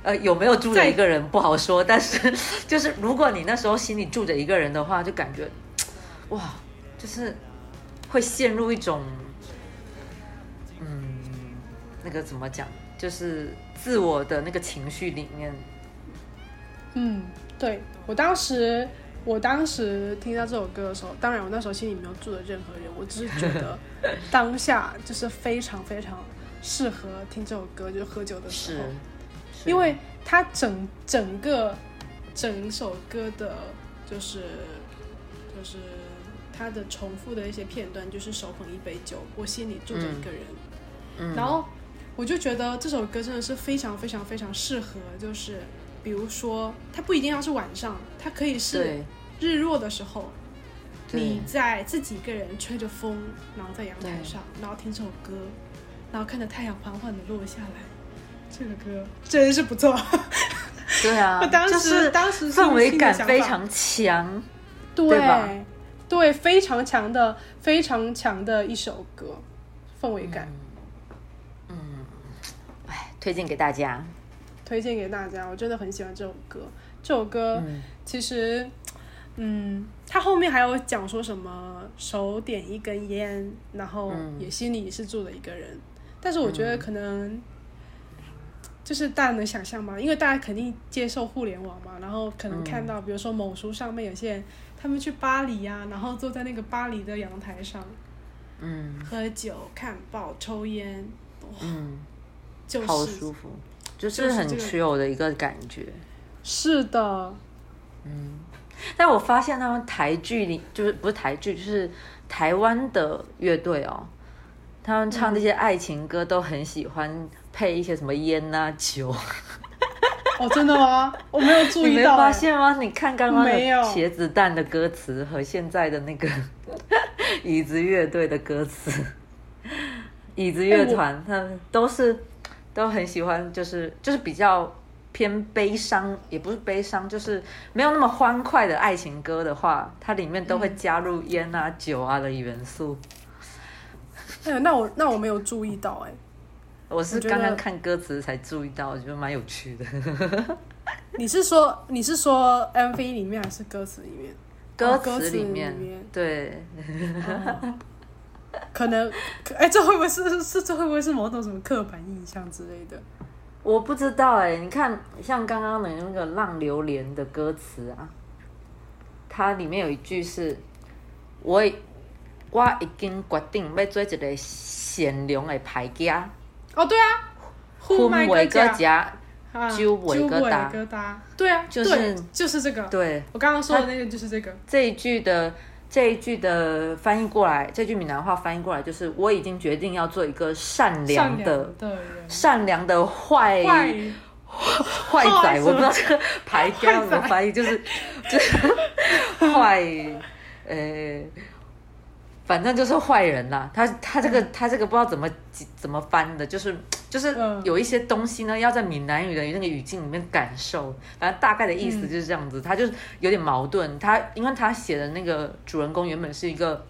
呃，有没有住着一个人不好说，但是就是如果你那时候心里住着一个人的话，就感觉哇，就是会陷入一种嗯，那个怎么讲，就是自我的那个情绪里面。嗯，对我当时，我当时听到这首歌的时候，当然我那时候心里没有住着任何人，我只是觉 得当下就是非常非常适合听这首歌，就是喝酒的时是候，，是因为它整整个整首歌的，就是就是它的重复的一些片段，就是手捧一杯酒，我心里住着一个人，嗯然后我就觉得这首歌真的是非常非常非常适合，就是比如说它不一定要是晚上，它可以是对日落的时候，对你在自己一个人吹着风，然后在阳台上，然后听这首歌，然后看着太阳缓缓的落下来，这个歌真是不错。对啊，我当时就是当时是氛围心里感想法非常强，对对吧对非常强的，非常强的一首歌，氛围感、嗯嗯哎，推荐给大家。推荐给大家。我真的很喜欢这首歌，这首嗯歌其实，嗯，他后面还有讲说什么手点一根烟，然后嗯也心里是住了一个人，但是我觉得可能。就是大家能想象吗？因为大家肯定接受互联网嘛，然后可能嗯看到，比如说某书上面有些人，他们去巴黎呀、然后坐在那个巴黎的阳台上，嗯喝酒、看报、抽烟，嗯，就好是舒服，就是就是很这个 chill 的一个感觉。是的，但我发现他们台剧里，就是不是台剧，就是台湾的乐队哦，他们唱嗯这些爱情歌都很喜欢配一些什么烟啊、酒，哦，真的吗？我没有注你意没到、发欸，现吗？你看刚刚的没有茄子蛋的歌词和现在的那个 椅子乐队的歌词， 椅子乐团、他们都是都很喜欢，就是就是比较偏悲伤，也不是悲伤，就是没有那么欢快的爱情歌的话，它里面都会加入烟啊、酒啊的元素。哎呦，那我那我没有注意到、欸，我是我觉得刚刚看歌词才注意到，我觉得蛮有趣的。你是说你是说 MV 里面还是歌词里面？ 哦歌词里面，面对，可能，可哎、这会不会是是是这会不会是某种什么刻板印象之类的？我不知道哎、你看像刚刚的那个《浪流连》的歌词啊，它里面有一句是“我已我已经决定要做一个善良的牌家，哦，对啊，呼麦为疙瘩，家啊揪尾揪疙尾瘩疙瘩，对啊，就是对就是这”。个，对，我刚刚说的那个就是这个，这一句的这一句的翻译过来，这句闽南话翻译过来就是“我已经决定要做一个善善良良的的人，善良的坏坏坏坏仔，什么我不知道这个牌坏家怎么仔翻译，就是 就是坏，呃，反正就是坏人啦。他他这个他这个不知道怎么怎么翻的，就是就是嗯有一些东西呢，要在闽南语的那个语境里面感受。反正大概的意思就是这样子，他就是有点矛盾。他因为他写的那个主人公原本是一个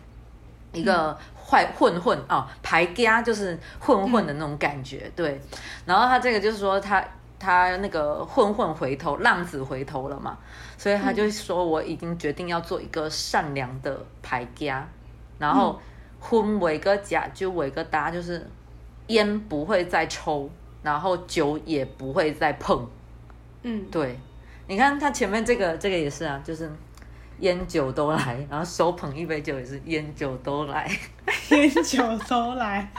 一个坏混混啊、排家就是混混的那种感觉，对。然后他这个就是说他他那个混混回头，浪子回头了嘛，所以他嗯就说我已经决定要做一个善良的排家，嗯然后婚为个假就为个搭，就是烟不会再抽，然后酒也不会再碰，嗯，对。你看他前面这个，这个也是啊，就是烟酒都来， 然后手捧一杯酒也是烟酒都来， 烟酒都来，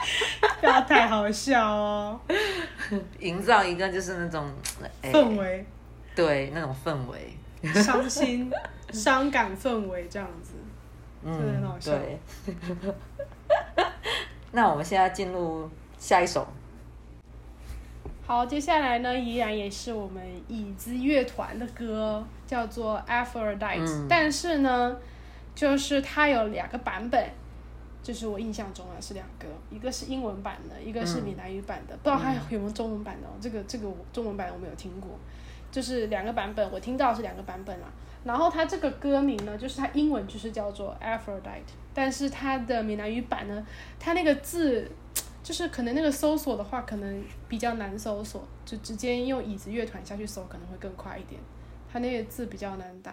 不要太好笑哦，营造一个就是那种，哎、氛围。对那种氛围，伤心、伤感氛围这样子。真的很好嗯，笑对。 那我们现在进入下一首，好，接下来呢，依然也是我们椅子乐团的歌，叫做《Aphrodite、嗯但是呢，就是它有两个版本，就是我印象中啊是两个，一个是英文版的，一个是闽南语版的，不知道它有没有中文版的、哦。这个这个我中文版我没有听过，就是两个版本，我听到是两个版本啦、然后它这个歌名呢，就是它英文就是叫做 Aphrodite，但是它的闽南语版呢，它那个字就是可能那个搜索的话，可能比较难搜索，就直接用椅子乐团下去搜可能会更快一点。它那个字比较难打。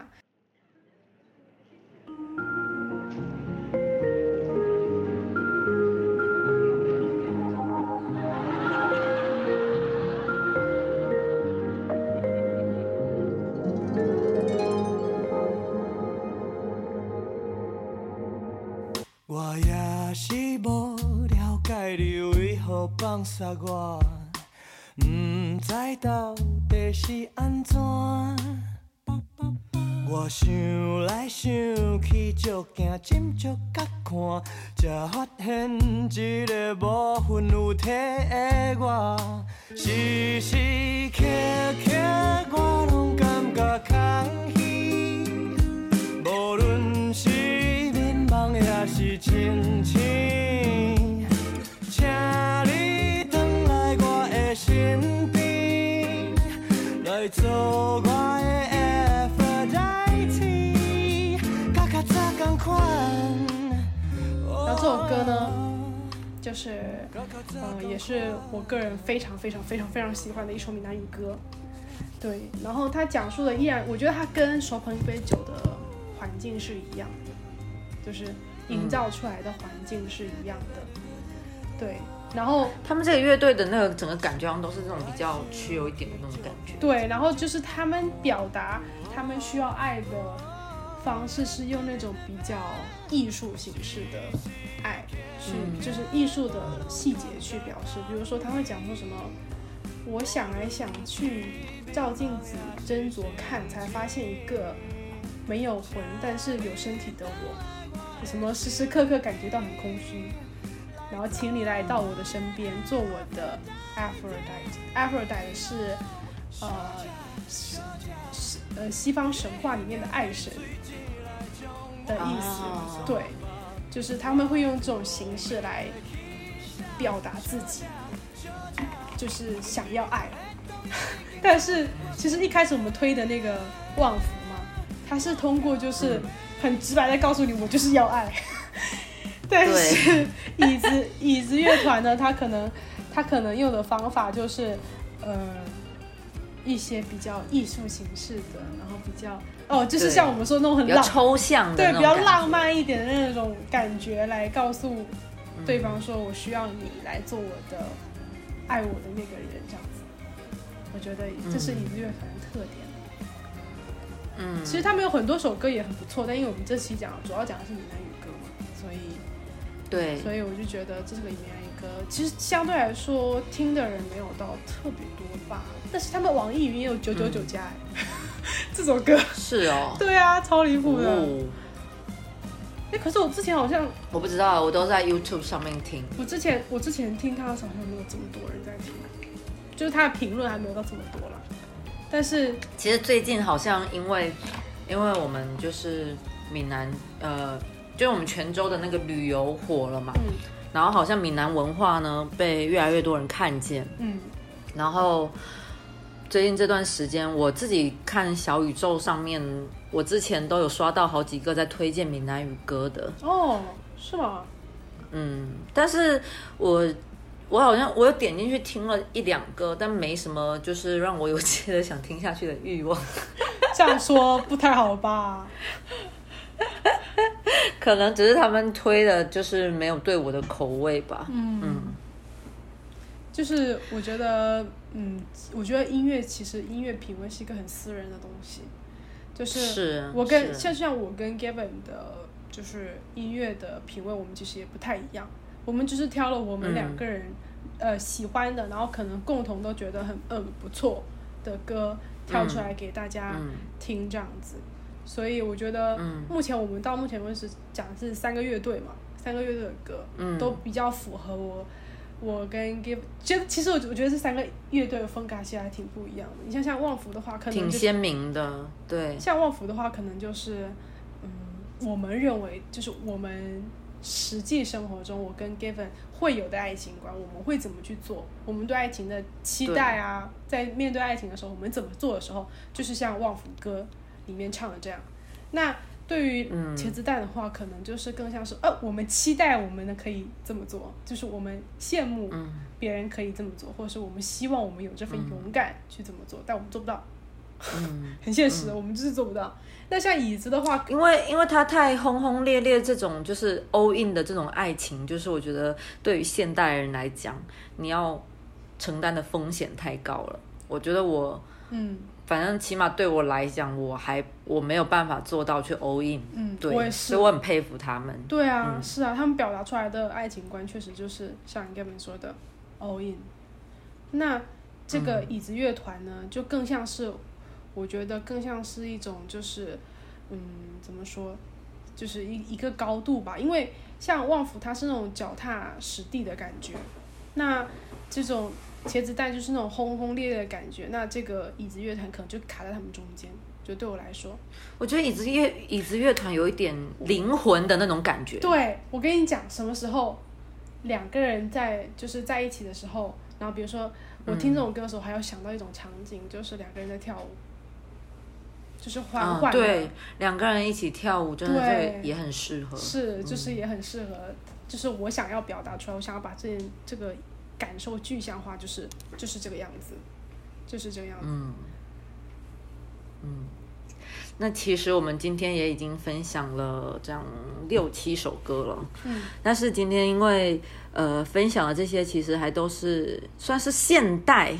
我也是无了解你为何放下我，嗯不知到底是安怎。我想来想去，照镜斟酌甲看，才发现一个无魂有体的我，时时刻刻我拢感觉空虚。无论是眠梦也是清醒，请你返来我的身边，来做我的 Aphrodite，甲较早同款。然后这首歌呢就是，呃，也是我个人非常非常非常非常喜欢的一首闽南语歌。对，然后它讲述的依然，我觉得它跟手捧一杯酒的环境是一样的，就是营造出来的环境是一样的。对，然后他们这个乐队的那个整个感觉好像都是那种比较曲有一点的那种感觉。对，然后就是他们表达他们需要爱的方式是用那种比较艺术形式的爱，去、就是艺术的细节去表示。比如说他会讲说什么，我想来想去，照镜子斟酌看，才发现一个没有魂但是有身体的我，什么时时刻刻感觉到很空虚。然后，请你来到我的身边，做我的 Aphrodite。Aphrodite 是呃是是呃西方神话里面的爱神的意思，哦对，就是他们会用这种形式来表达自己，就是想要爱。 但是其实一开始我们推的那个旺福嘛，它是通过就是很直白的告诉你，我就是要爱。 但是椅子椅子乐团呢，它可能它可能用的方法就是，呃，一些比较艺术形式的，然后比较哦，就是对像我们说那种很比较浪抽象的对那比种较感觉浪漫一点的那种感觉来告诉对方说，我需要你来做我的爱我的那个人这样子。我觉得这是嗯椅子乐团的特点。嗯，其实他们有很多首歌也很不错，但因为我们这期讲主要讲的是闽南语歌嘛，所以对，所以我就觉得这是个闽南语歌，其实相对来说听的人没有到特别多吧，但是他们网易云也有九九九加 哎，这首歌，是哦。对啊，超离谱的。哦，哎、可是我之前好像，我不知道，我都在 YouTube 上面听。我之前我之前听他的时候好像没有这么多人在听，啊就是他的评论还没有到这么多啦。但是其实最近好像因为，因为我们就是闽南，呃，就我们泉州的那个旅游火了嘛，嗯然后好像闽南文化呢被越来越多人看见，嗯然后最近这段时间，我自己看小宇宙上面，我之前都有刷到好几个在推荐闽南语歌的，哦，是吗？嗯，但是我我好像我有点进去听了一两个，但没什么就是让我有切的想听下去的欲望， 这样说不太好吧？可能只是他们推的就是没有对我的口味吧，嗯，就是我觉得，嗯，我觉得音乐其实音乐品味是一个很私人的东西，就是是啊我跟是像像我跟 Gavin 的，就是音乐的品味，我们其实也不太一样，我们只是挑了我们嗯两个人、呃喜欢的，然后可能共同都觉得很嗯不错的歌挑出来给大家嗯听这样子。所以我觉得嗯，目前我们到目前为止讲的是三个乐队嘛，三个乐队的歌，嗯都比较符合我我跟 Give，其实其实我我觉得这三个乐队的风格其实还挺不一样的。你像像旺福的话，可能挺就鲜明的，对，像旺福的话，可能就是嗯，我们认为就是我们实际生活中我跟 Gavin 会有的爱情观，我们会怎么去做，我们对爱情的期待啊，在面对爱情的时候，我们怎么做的时候，就是像旺福歌里面唱的这样。那对于嗯茄子蛋的话，可能就是更像是，呃，我们期待我们呢可以这么做，就是我们羡慕嗯别人可以这么做，或者是我们希望我们有这份勇敢去这么做，但我们做不到， 很现实，我们就是做不到。那像椅子的话，因为因为它太轰轰烈烈，这种就是 all in 的这种爱情，就是我觉得对于现代人来讲，你要承担的风险太高了。我觉得我嗯反正起码对我来讲，我还我没有办法做到去 all in，嗯，对，我也是所以我很佩服他们。对啊，是啊，他们表达出来的爱情观确实就是像你刚才说的 all in。那这个椅子乐团呢，就更像是，我觉得更像是一种就是，嗯，怎么说，就是一一个高度吧。因为像旺福它是那种脚踏实地的感觉，那这种茄子蛋就是那种轰轰烈烈的感觉，那这个椅子乐团可能就卡在他们中间。就对我来说，我觉得椅子乐椅子乐团有一点灵魂的那种感觉，对，我跟你讲，什么时候两个人在就是在一起的时候，然后比如说我听这种歌的时候，还要想到一种场景，就是两个人在跳舞，就是缓嗯，缓的、对，两个人一起跳舞真的对是也很适合，是就是也很适合，就是我想要表达出来，我想要把这件这个感受具象化，就是就是这个样子，就是这个样子。 嗯，嗯，那其实我们今天也已经分享了这样六七首歌了，嗯，但是今天因为呃分享的这些其实还都是算是现代，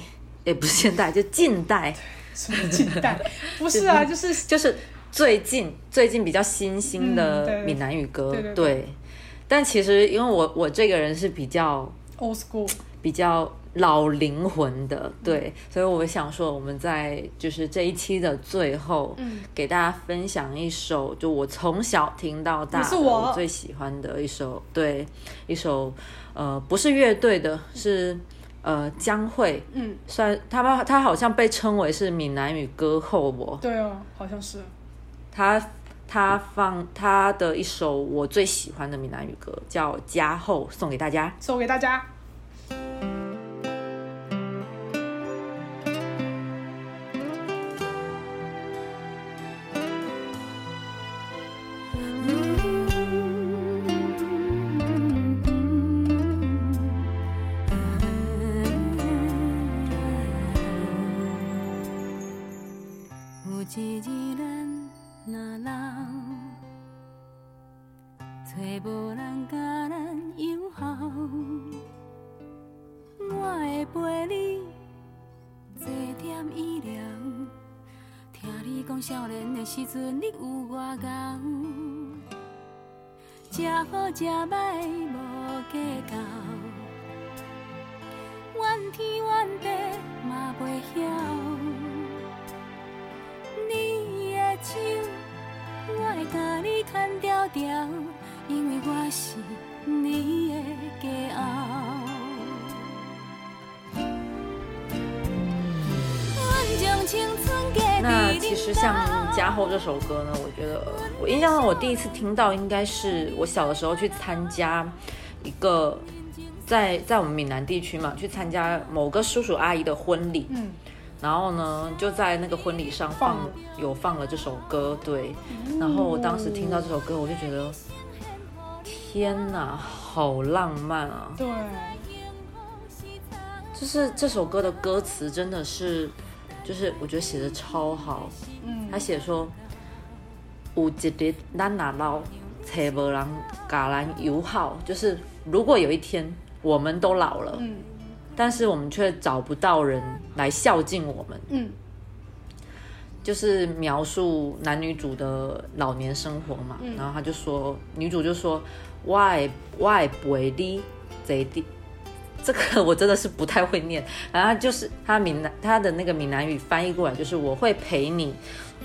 也不是现代，就 近代，什么近代？不是 啊，就是就是最近最近比较新兴嗯对的闽南语歌，对对对但其实因为我我这个人是比较 old school。比较老灵魂的，嗯对，所以我想说，我们在就是这一期的最后，嗯，给大家分享一首，就我从小听到大也是的，我最喜欢的一首，对，一首，呃，不是乐队的，是呃江蕙，嗯，算他们他好像被称为是闽南语歌后哦，对哦，好像是。他他放他的一首我最喜欢的闽南语歌叫《家后》，送给大家。送给大家。有一日咱若老，找无人甲咱友好，我会陪你坐点医疗。听你讲少年的时阵你有偌敖，食好食歹无计较，怨天怨地嘛袂晓。你的手，我会甲你牵条条，因为我是你的骄傲。那其实像《家后》这首歌呢，我觉得我印象中我第一次听到应该是我小的时候去参加一个在在我们闽南地区嘛，去参加某个叔叔阿姨的婚礼，嗯，然后呢就在那个婚礼上放放了嗯有放了这首歌，对，然后我当时听到这首歌，我就觉得天哪，好浪漫啊！对，就是这首歌的歌词真的是，就是我觉得写的超好，嗯他写说，有一日咱若老，找无人甲咱友好，就是如果有一天我们都老了，嗯但是我们却找不到人来孝敬我们，嗯就是描述男女主的老年生活嘛。然后他就说，女主就说，我爱我爱陪你坐地。这个我真的是不太会念， 然后他就是他闽南他的那个闽南语翻译过来就是我会陪你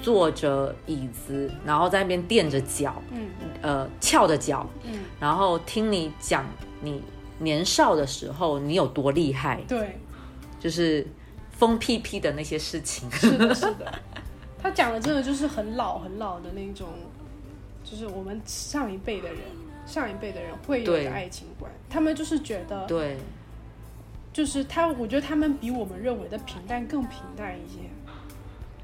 坐着椅子，然后在那边垫着脚，嗯呃翘着脚，嗯，然后听你讲你年少的时候你有多厉害，对，就是疯屁屁的那些事情。是的，是的。他讲的真的就是很老很老的那种，就是我们上一辈的人，上一辈的人会有对的爱情观。他们就是觉得，对，就是他，我觉得他们比我们认为的平淡更平淡一些。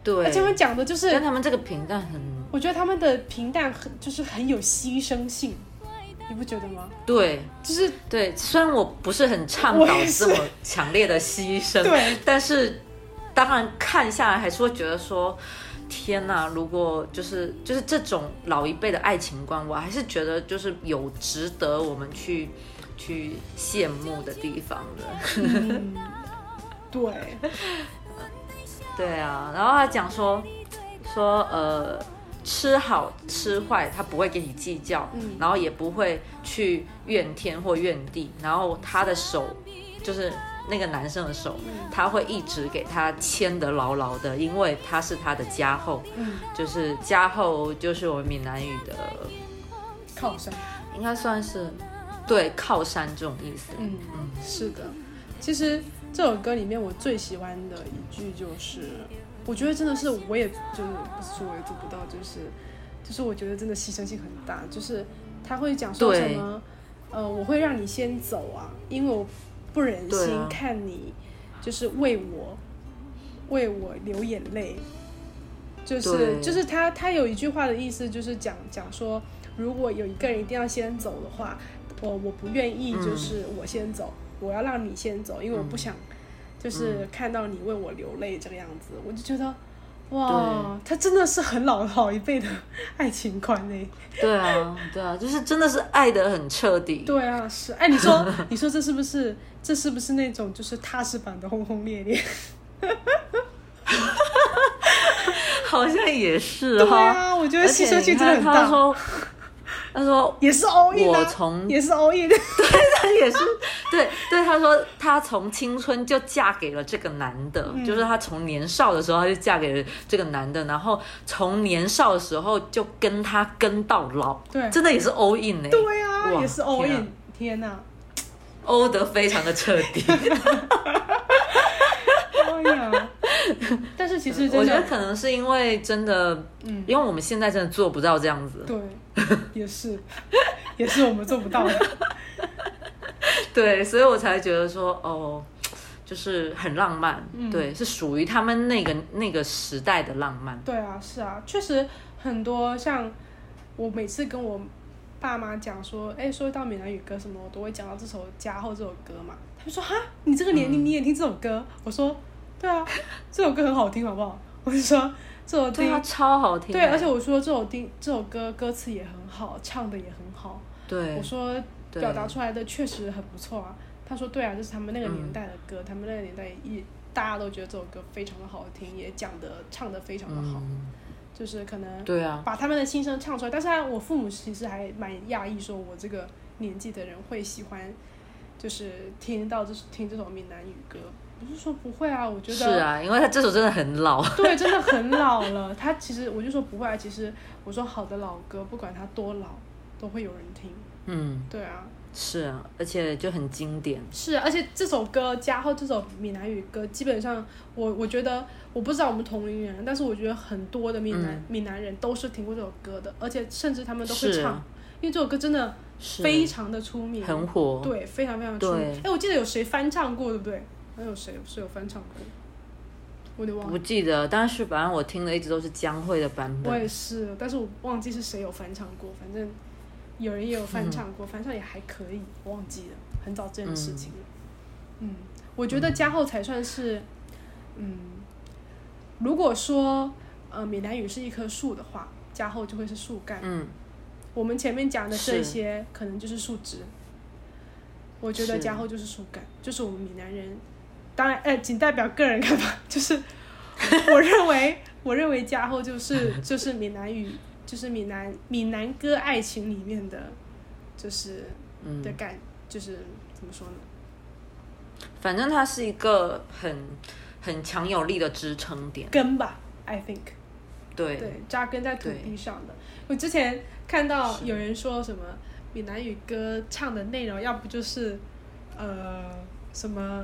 对，而且他们讲的就但是，他们这个平淡很我觉得他们的平淡很就是很有牺牲性，你不觉得吗？对。就是对，虽然我不是很倡我导也是这么强烈的牺牲，对，但是当然看下来还是会觉得说，天哪！如果就是就是这种老一辈的爱情观，我还是觉得就是有值得我们去去羡慕的地方的。对，对啊，然后他讲说说呃，吃好吃坏他不会跟你计较，嗯然后也不会去怨天或怨地，然后他的手就是那个男生的手，嗯他会一直给他牵得牢牢的，因为他是他的家后，嗯，就是家后就是我们闽南语的，靠山，应该算是对靠山这种意思。嗯，是的。其实这首歌里面我最喜欢的一句就是，我觉得真的是我也就是不是说我也做不到，就是就是我觉得真的牺牲性很大，就是他会讲说什对么，呃，我会让你先走啊，因为我不忍对心啊看你就是为我为我流眼泪，就是对就是他他有一句话的意思就是讲讲说，如果有一个人一定要先走的话，我我不愿意嗯就是我先走，我要让你先走，因为我不想就是看到你为我流泪这个样子，我就觉得。哇，他真的是很老老一辈的爱情观欸呢。对啊，对啊，就是真的是爱得很彻底。对啊，是哎，你 说你说这是不是这是不是那种就是踏实版的轰轰烈烈？好像也是 对哈、啊，我觉得而牺且牲你性真的看很他大，说，他说 也是 all in 我啊，从也是 all in。他也是对对，他说他从青春就嫁给了这个男的，嗯就是他从年少的时候他就嫁给了这个男的，然后从年少的时候就跟他跟到老， 对真的也是 all in 哎、对啊，哇也是 all 天 in。天啊哪、 ，all 得非常的彻 底。哎呀！但是其实我真觉得的，可能是因为真的，嗯因为我们现在真的做不到这样子，对，也是， 也是我们做不到的。对，所以我才觉得说，哦，就是很浪漫，嗯对，是属于他们那个那个时代的浪漫。对啊，是啊，确实很多像我每次跟我爸妈讲说，哎，说到闽南语歌什么，我都会讲到这首《家后》这首歌嘛。他们说哈，你这个年嗯龄你也听这首歌？我说对啊，这首歌很好听，好不好？我就说这首对听啊，超好听的。对，而且我说这首听这首歌歌词也很好，唱的也很好。对我说对表达出来的确实很不错啊。他说对啊，这是他们那个嗯年代的歌，他们那个年代一大家都觉得这首歌非常的好听，也讲的唱的非常的好，嗯，就是可能对啊，把他们的心声唱出来。但是啊、我父母其实还蛮讶异，说我这个年纪的人会喜欢，就是听到这听这首闽南语歌。不是说不会啊，我觉得是啊， 因为他这首真的很老。 对，真的很老了。他其实我就说不会啊，其实我说好的老歌，不管它多老，都会有人听。嗯，对啊，是啊，而且就很经典。是，而且这首歌加后这首闽南语歌，基本上我我觉得我不知道我们同龄人，但是我觉得很多的闽南嗯闽、南人都是听过这首歌的，而且甚至他们都会是唱，啊因为这首歌真的是啊非常的出名，很火。对，非常非常出名。哎对、我记得有谁翻唱过，对不对？还有谁是有翻唱过？我有点忘不了，记得，但是反正我听的一直都是江蕙的版我本也。是，但是我忘记是谁有翻唱过，反正有人也有翻唱过，翻唱也还可以，我忘记了，很早之前的事情了。嗯，我觉得加厚才算是，嗯，如果说呃闽南语是一棵树的话，加厚就会是树干。嗯，我们前面讲的这是些可能就是树枝，我觉得是加厚就是树干，就是我们闽南人，当然呃仅代表个人看法， 就是我认为我认为加厚就是就是闽南语就是闽南闽南歌爱情里面的就是嗯的感就是怎么说呢？反正它是一个很很强有力的支撑点。根吧，I think，对，对，扎根在土对地上的。我之前看到有人说什么闽南语歌唱的内容，要不就是呃什么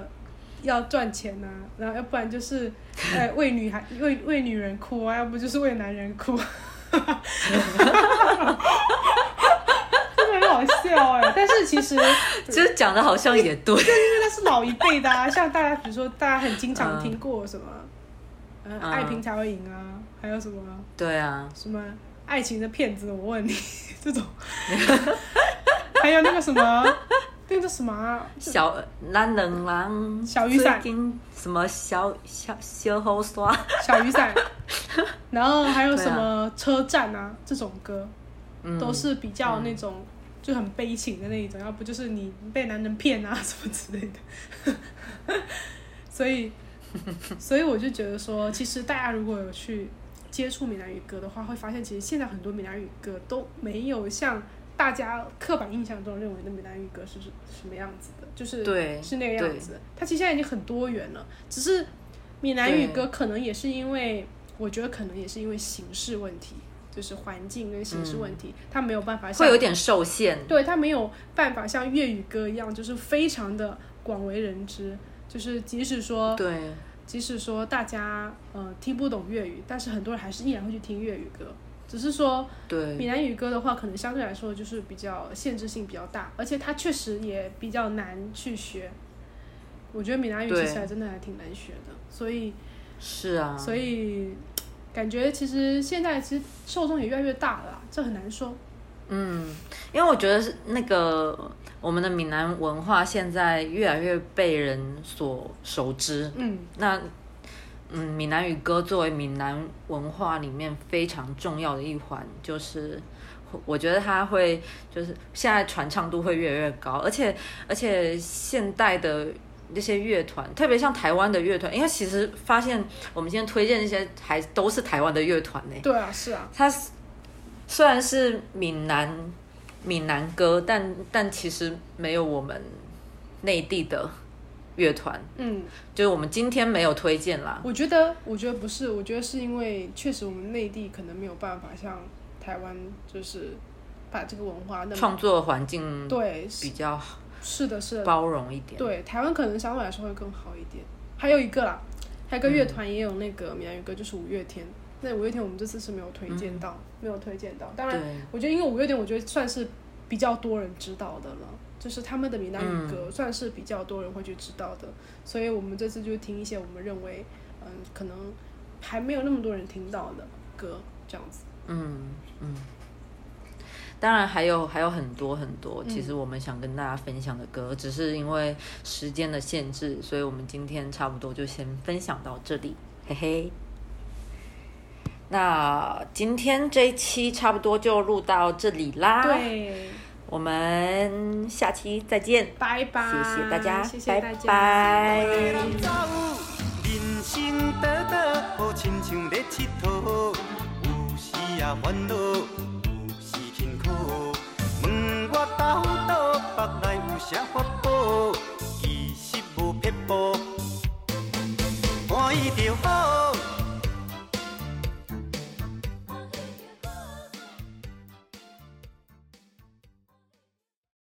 要赚钱呐、然后要不然 就是呃为女孩为为女人哭啊，要不就是为男人哭。真的很好笑哎、但是其实，就是讲的好像也 对。因为那是老一辈的啊，像大家比如说大家很经常听过什么，嗯，嗯爱拼才会赢啊，还有什么啊对啊，什么爱情的骗子，我问你 这 种，还有那个什么，那个叫什么啊小咱两人小雨伞最近什么小小小雨伞，小雨伞，然后还有对啊什么车站啊这种歌，嗯都是比较那种。就很悲情的那一种，要不就是你被男人骗啊 什么之类的， 所 以，所以我就觉得说，其实大家如果有去接触闽南语歌的话，会发现其实现在很多闽南语歌都没有像大家刻板印象中认为的闽南语歌是是什么样子的，就是对是那个样子。它其实现在已经很多元了，只是闽南语歌可能也是因为，我觉得可能也是因为形式问题，就是环境跟形式问题，它没有办法像会有点受限。对它没有办法像粤语歌一样，就是非常的广为人知。就是即使说，对，即使说大家呃听不懂粤语，但是很多人还是依然会去听粤语歌。只是说闽对，南语歌的话，可能相对来说就是比较限制性比较大，而且它确实也比较难去学。我觉得闽南语对其实还真的还挺难学的，所以是啊，所以感觉其实现在其实受众也越来越大了啦，这很难说。嗯，因为我觉得是那个我们的闽南文化现在越来越被人所熟知。嗯，那嗯，闽南语歌作为闽南文化里面非常重要的一环，就是我觉得它会就是现在传唱度会越来越高，而且而且现代的。那些乐团，特别像台湾的乐团，因为其实发现我们今天推荐那些还都是台湾的乐团呢、对啊，是啊，它是虽然是闽南闽南歌，但但其实没有我们内地的乐团，嗯。就是我们今天没有推荐啦。我觉得，我觉得不是，我觉得是因为确实我们内地可能没有办法像台湾，就是把这个文化那么创作环境对，比是较是的，是的，包容一点。对，台湾可能相对来说会更好一点。还有一个啦，还有一个乐团也有那个闽南语歌，就是五月天。那五月天我们这次是没有推荐嗯到，没有推荐到。当然，对我觉得因为五月天，我觉得算是比较多人知道的了，就是他们的闽南语嗯歌算是比较多人会去知道的，所以我们这次就听一些我们认为，嗯，可能还没有那么多人听到的歌，这样子。嗯嗯。当然还有还有很多很多，其实我们想跟大家分享的歌，只是因为时间的限制，所以我们今天差不多就先分享到这里，嘿嘿。那今天这一期差不多就录到这里啦，对，我们下期再见，拜拜，谢谢大家，谢谢大拜家，拜。人走，人生短短，好亲像咧佚佗，有时也烦恼，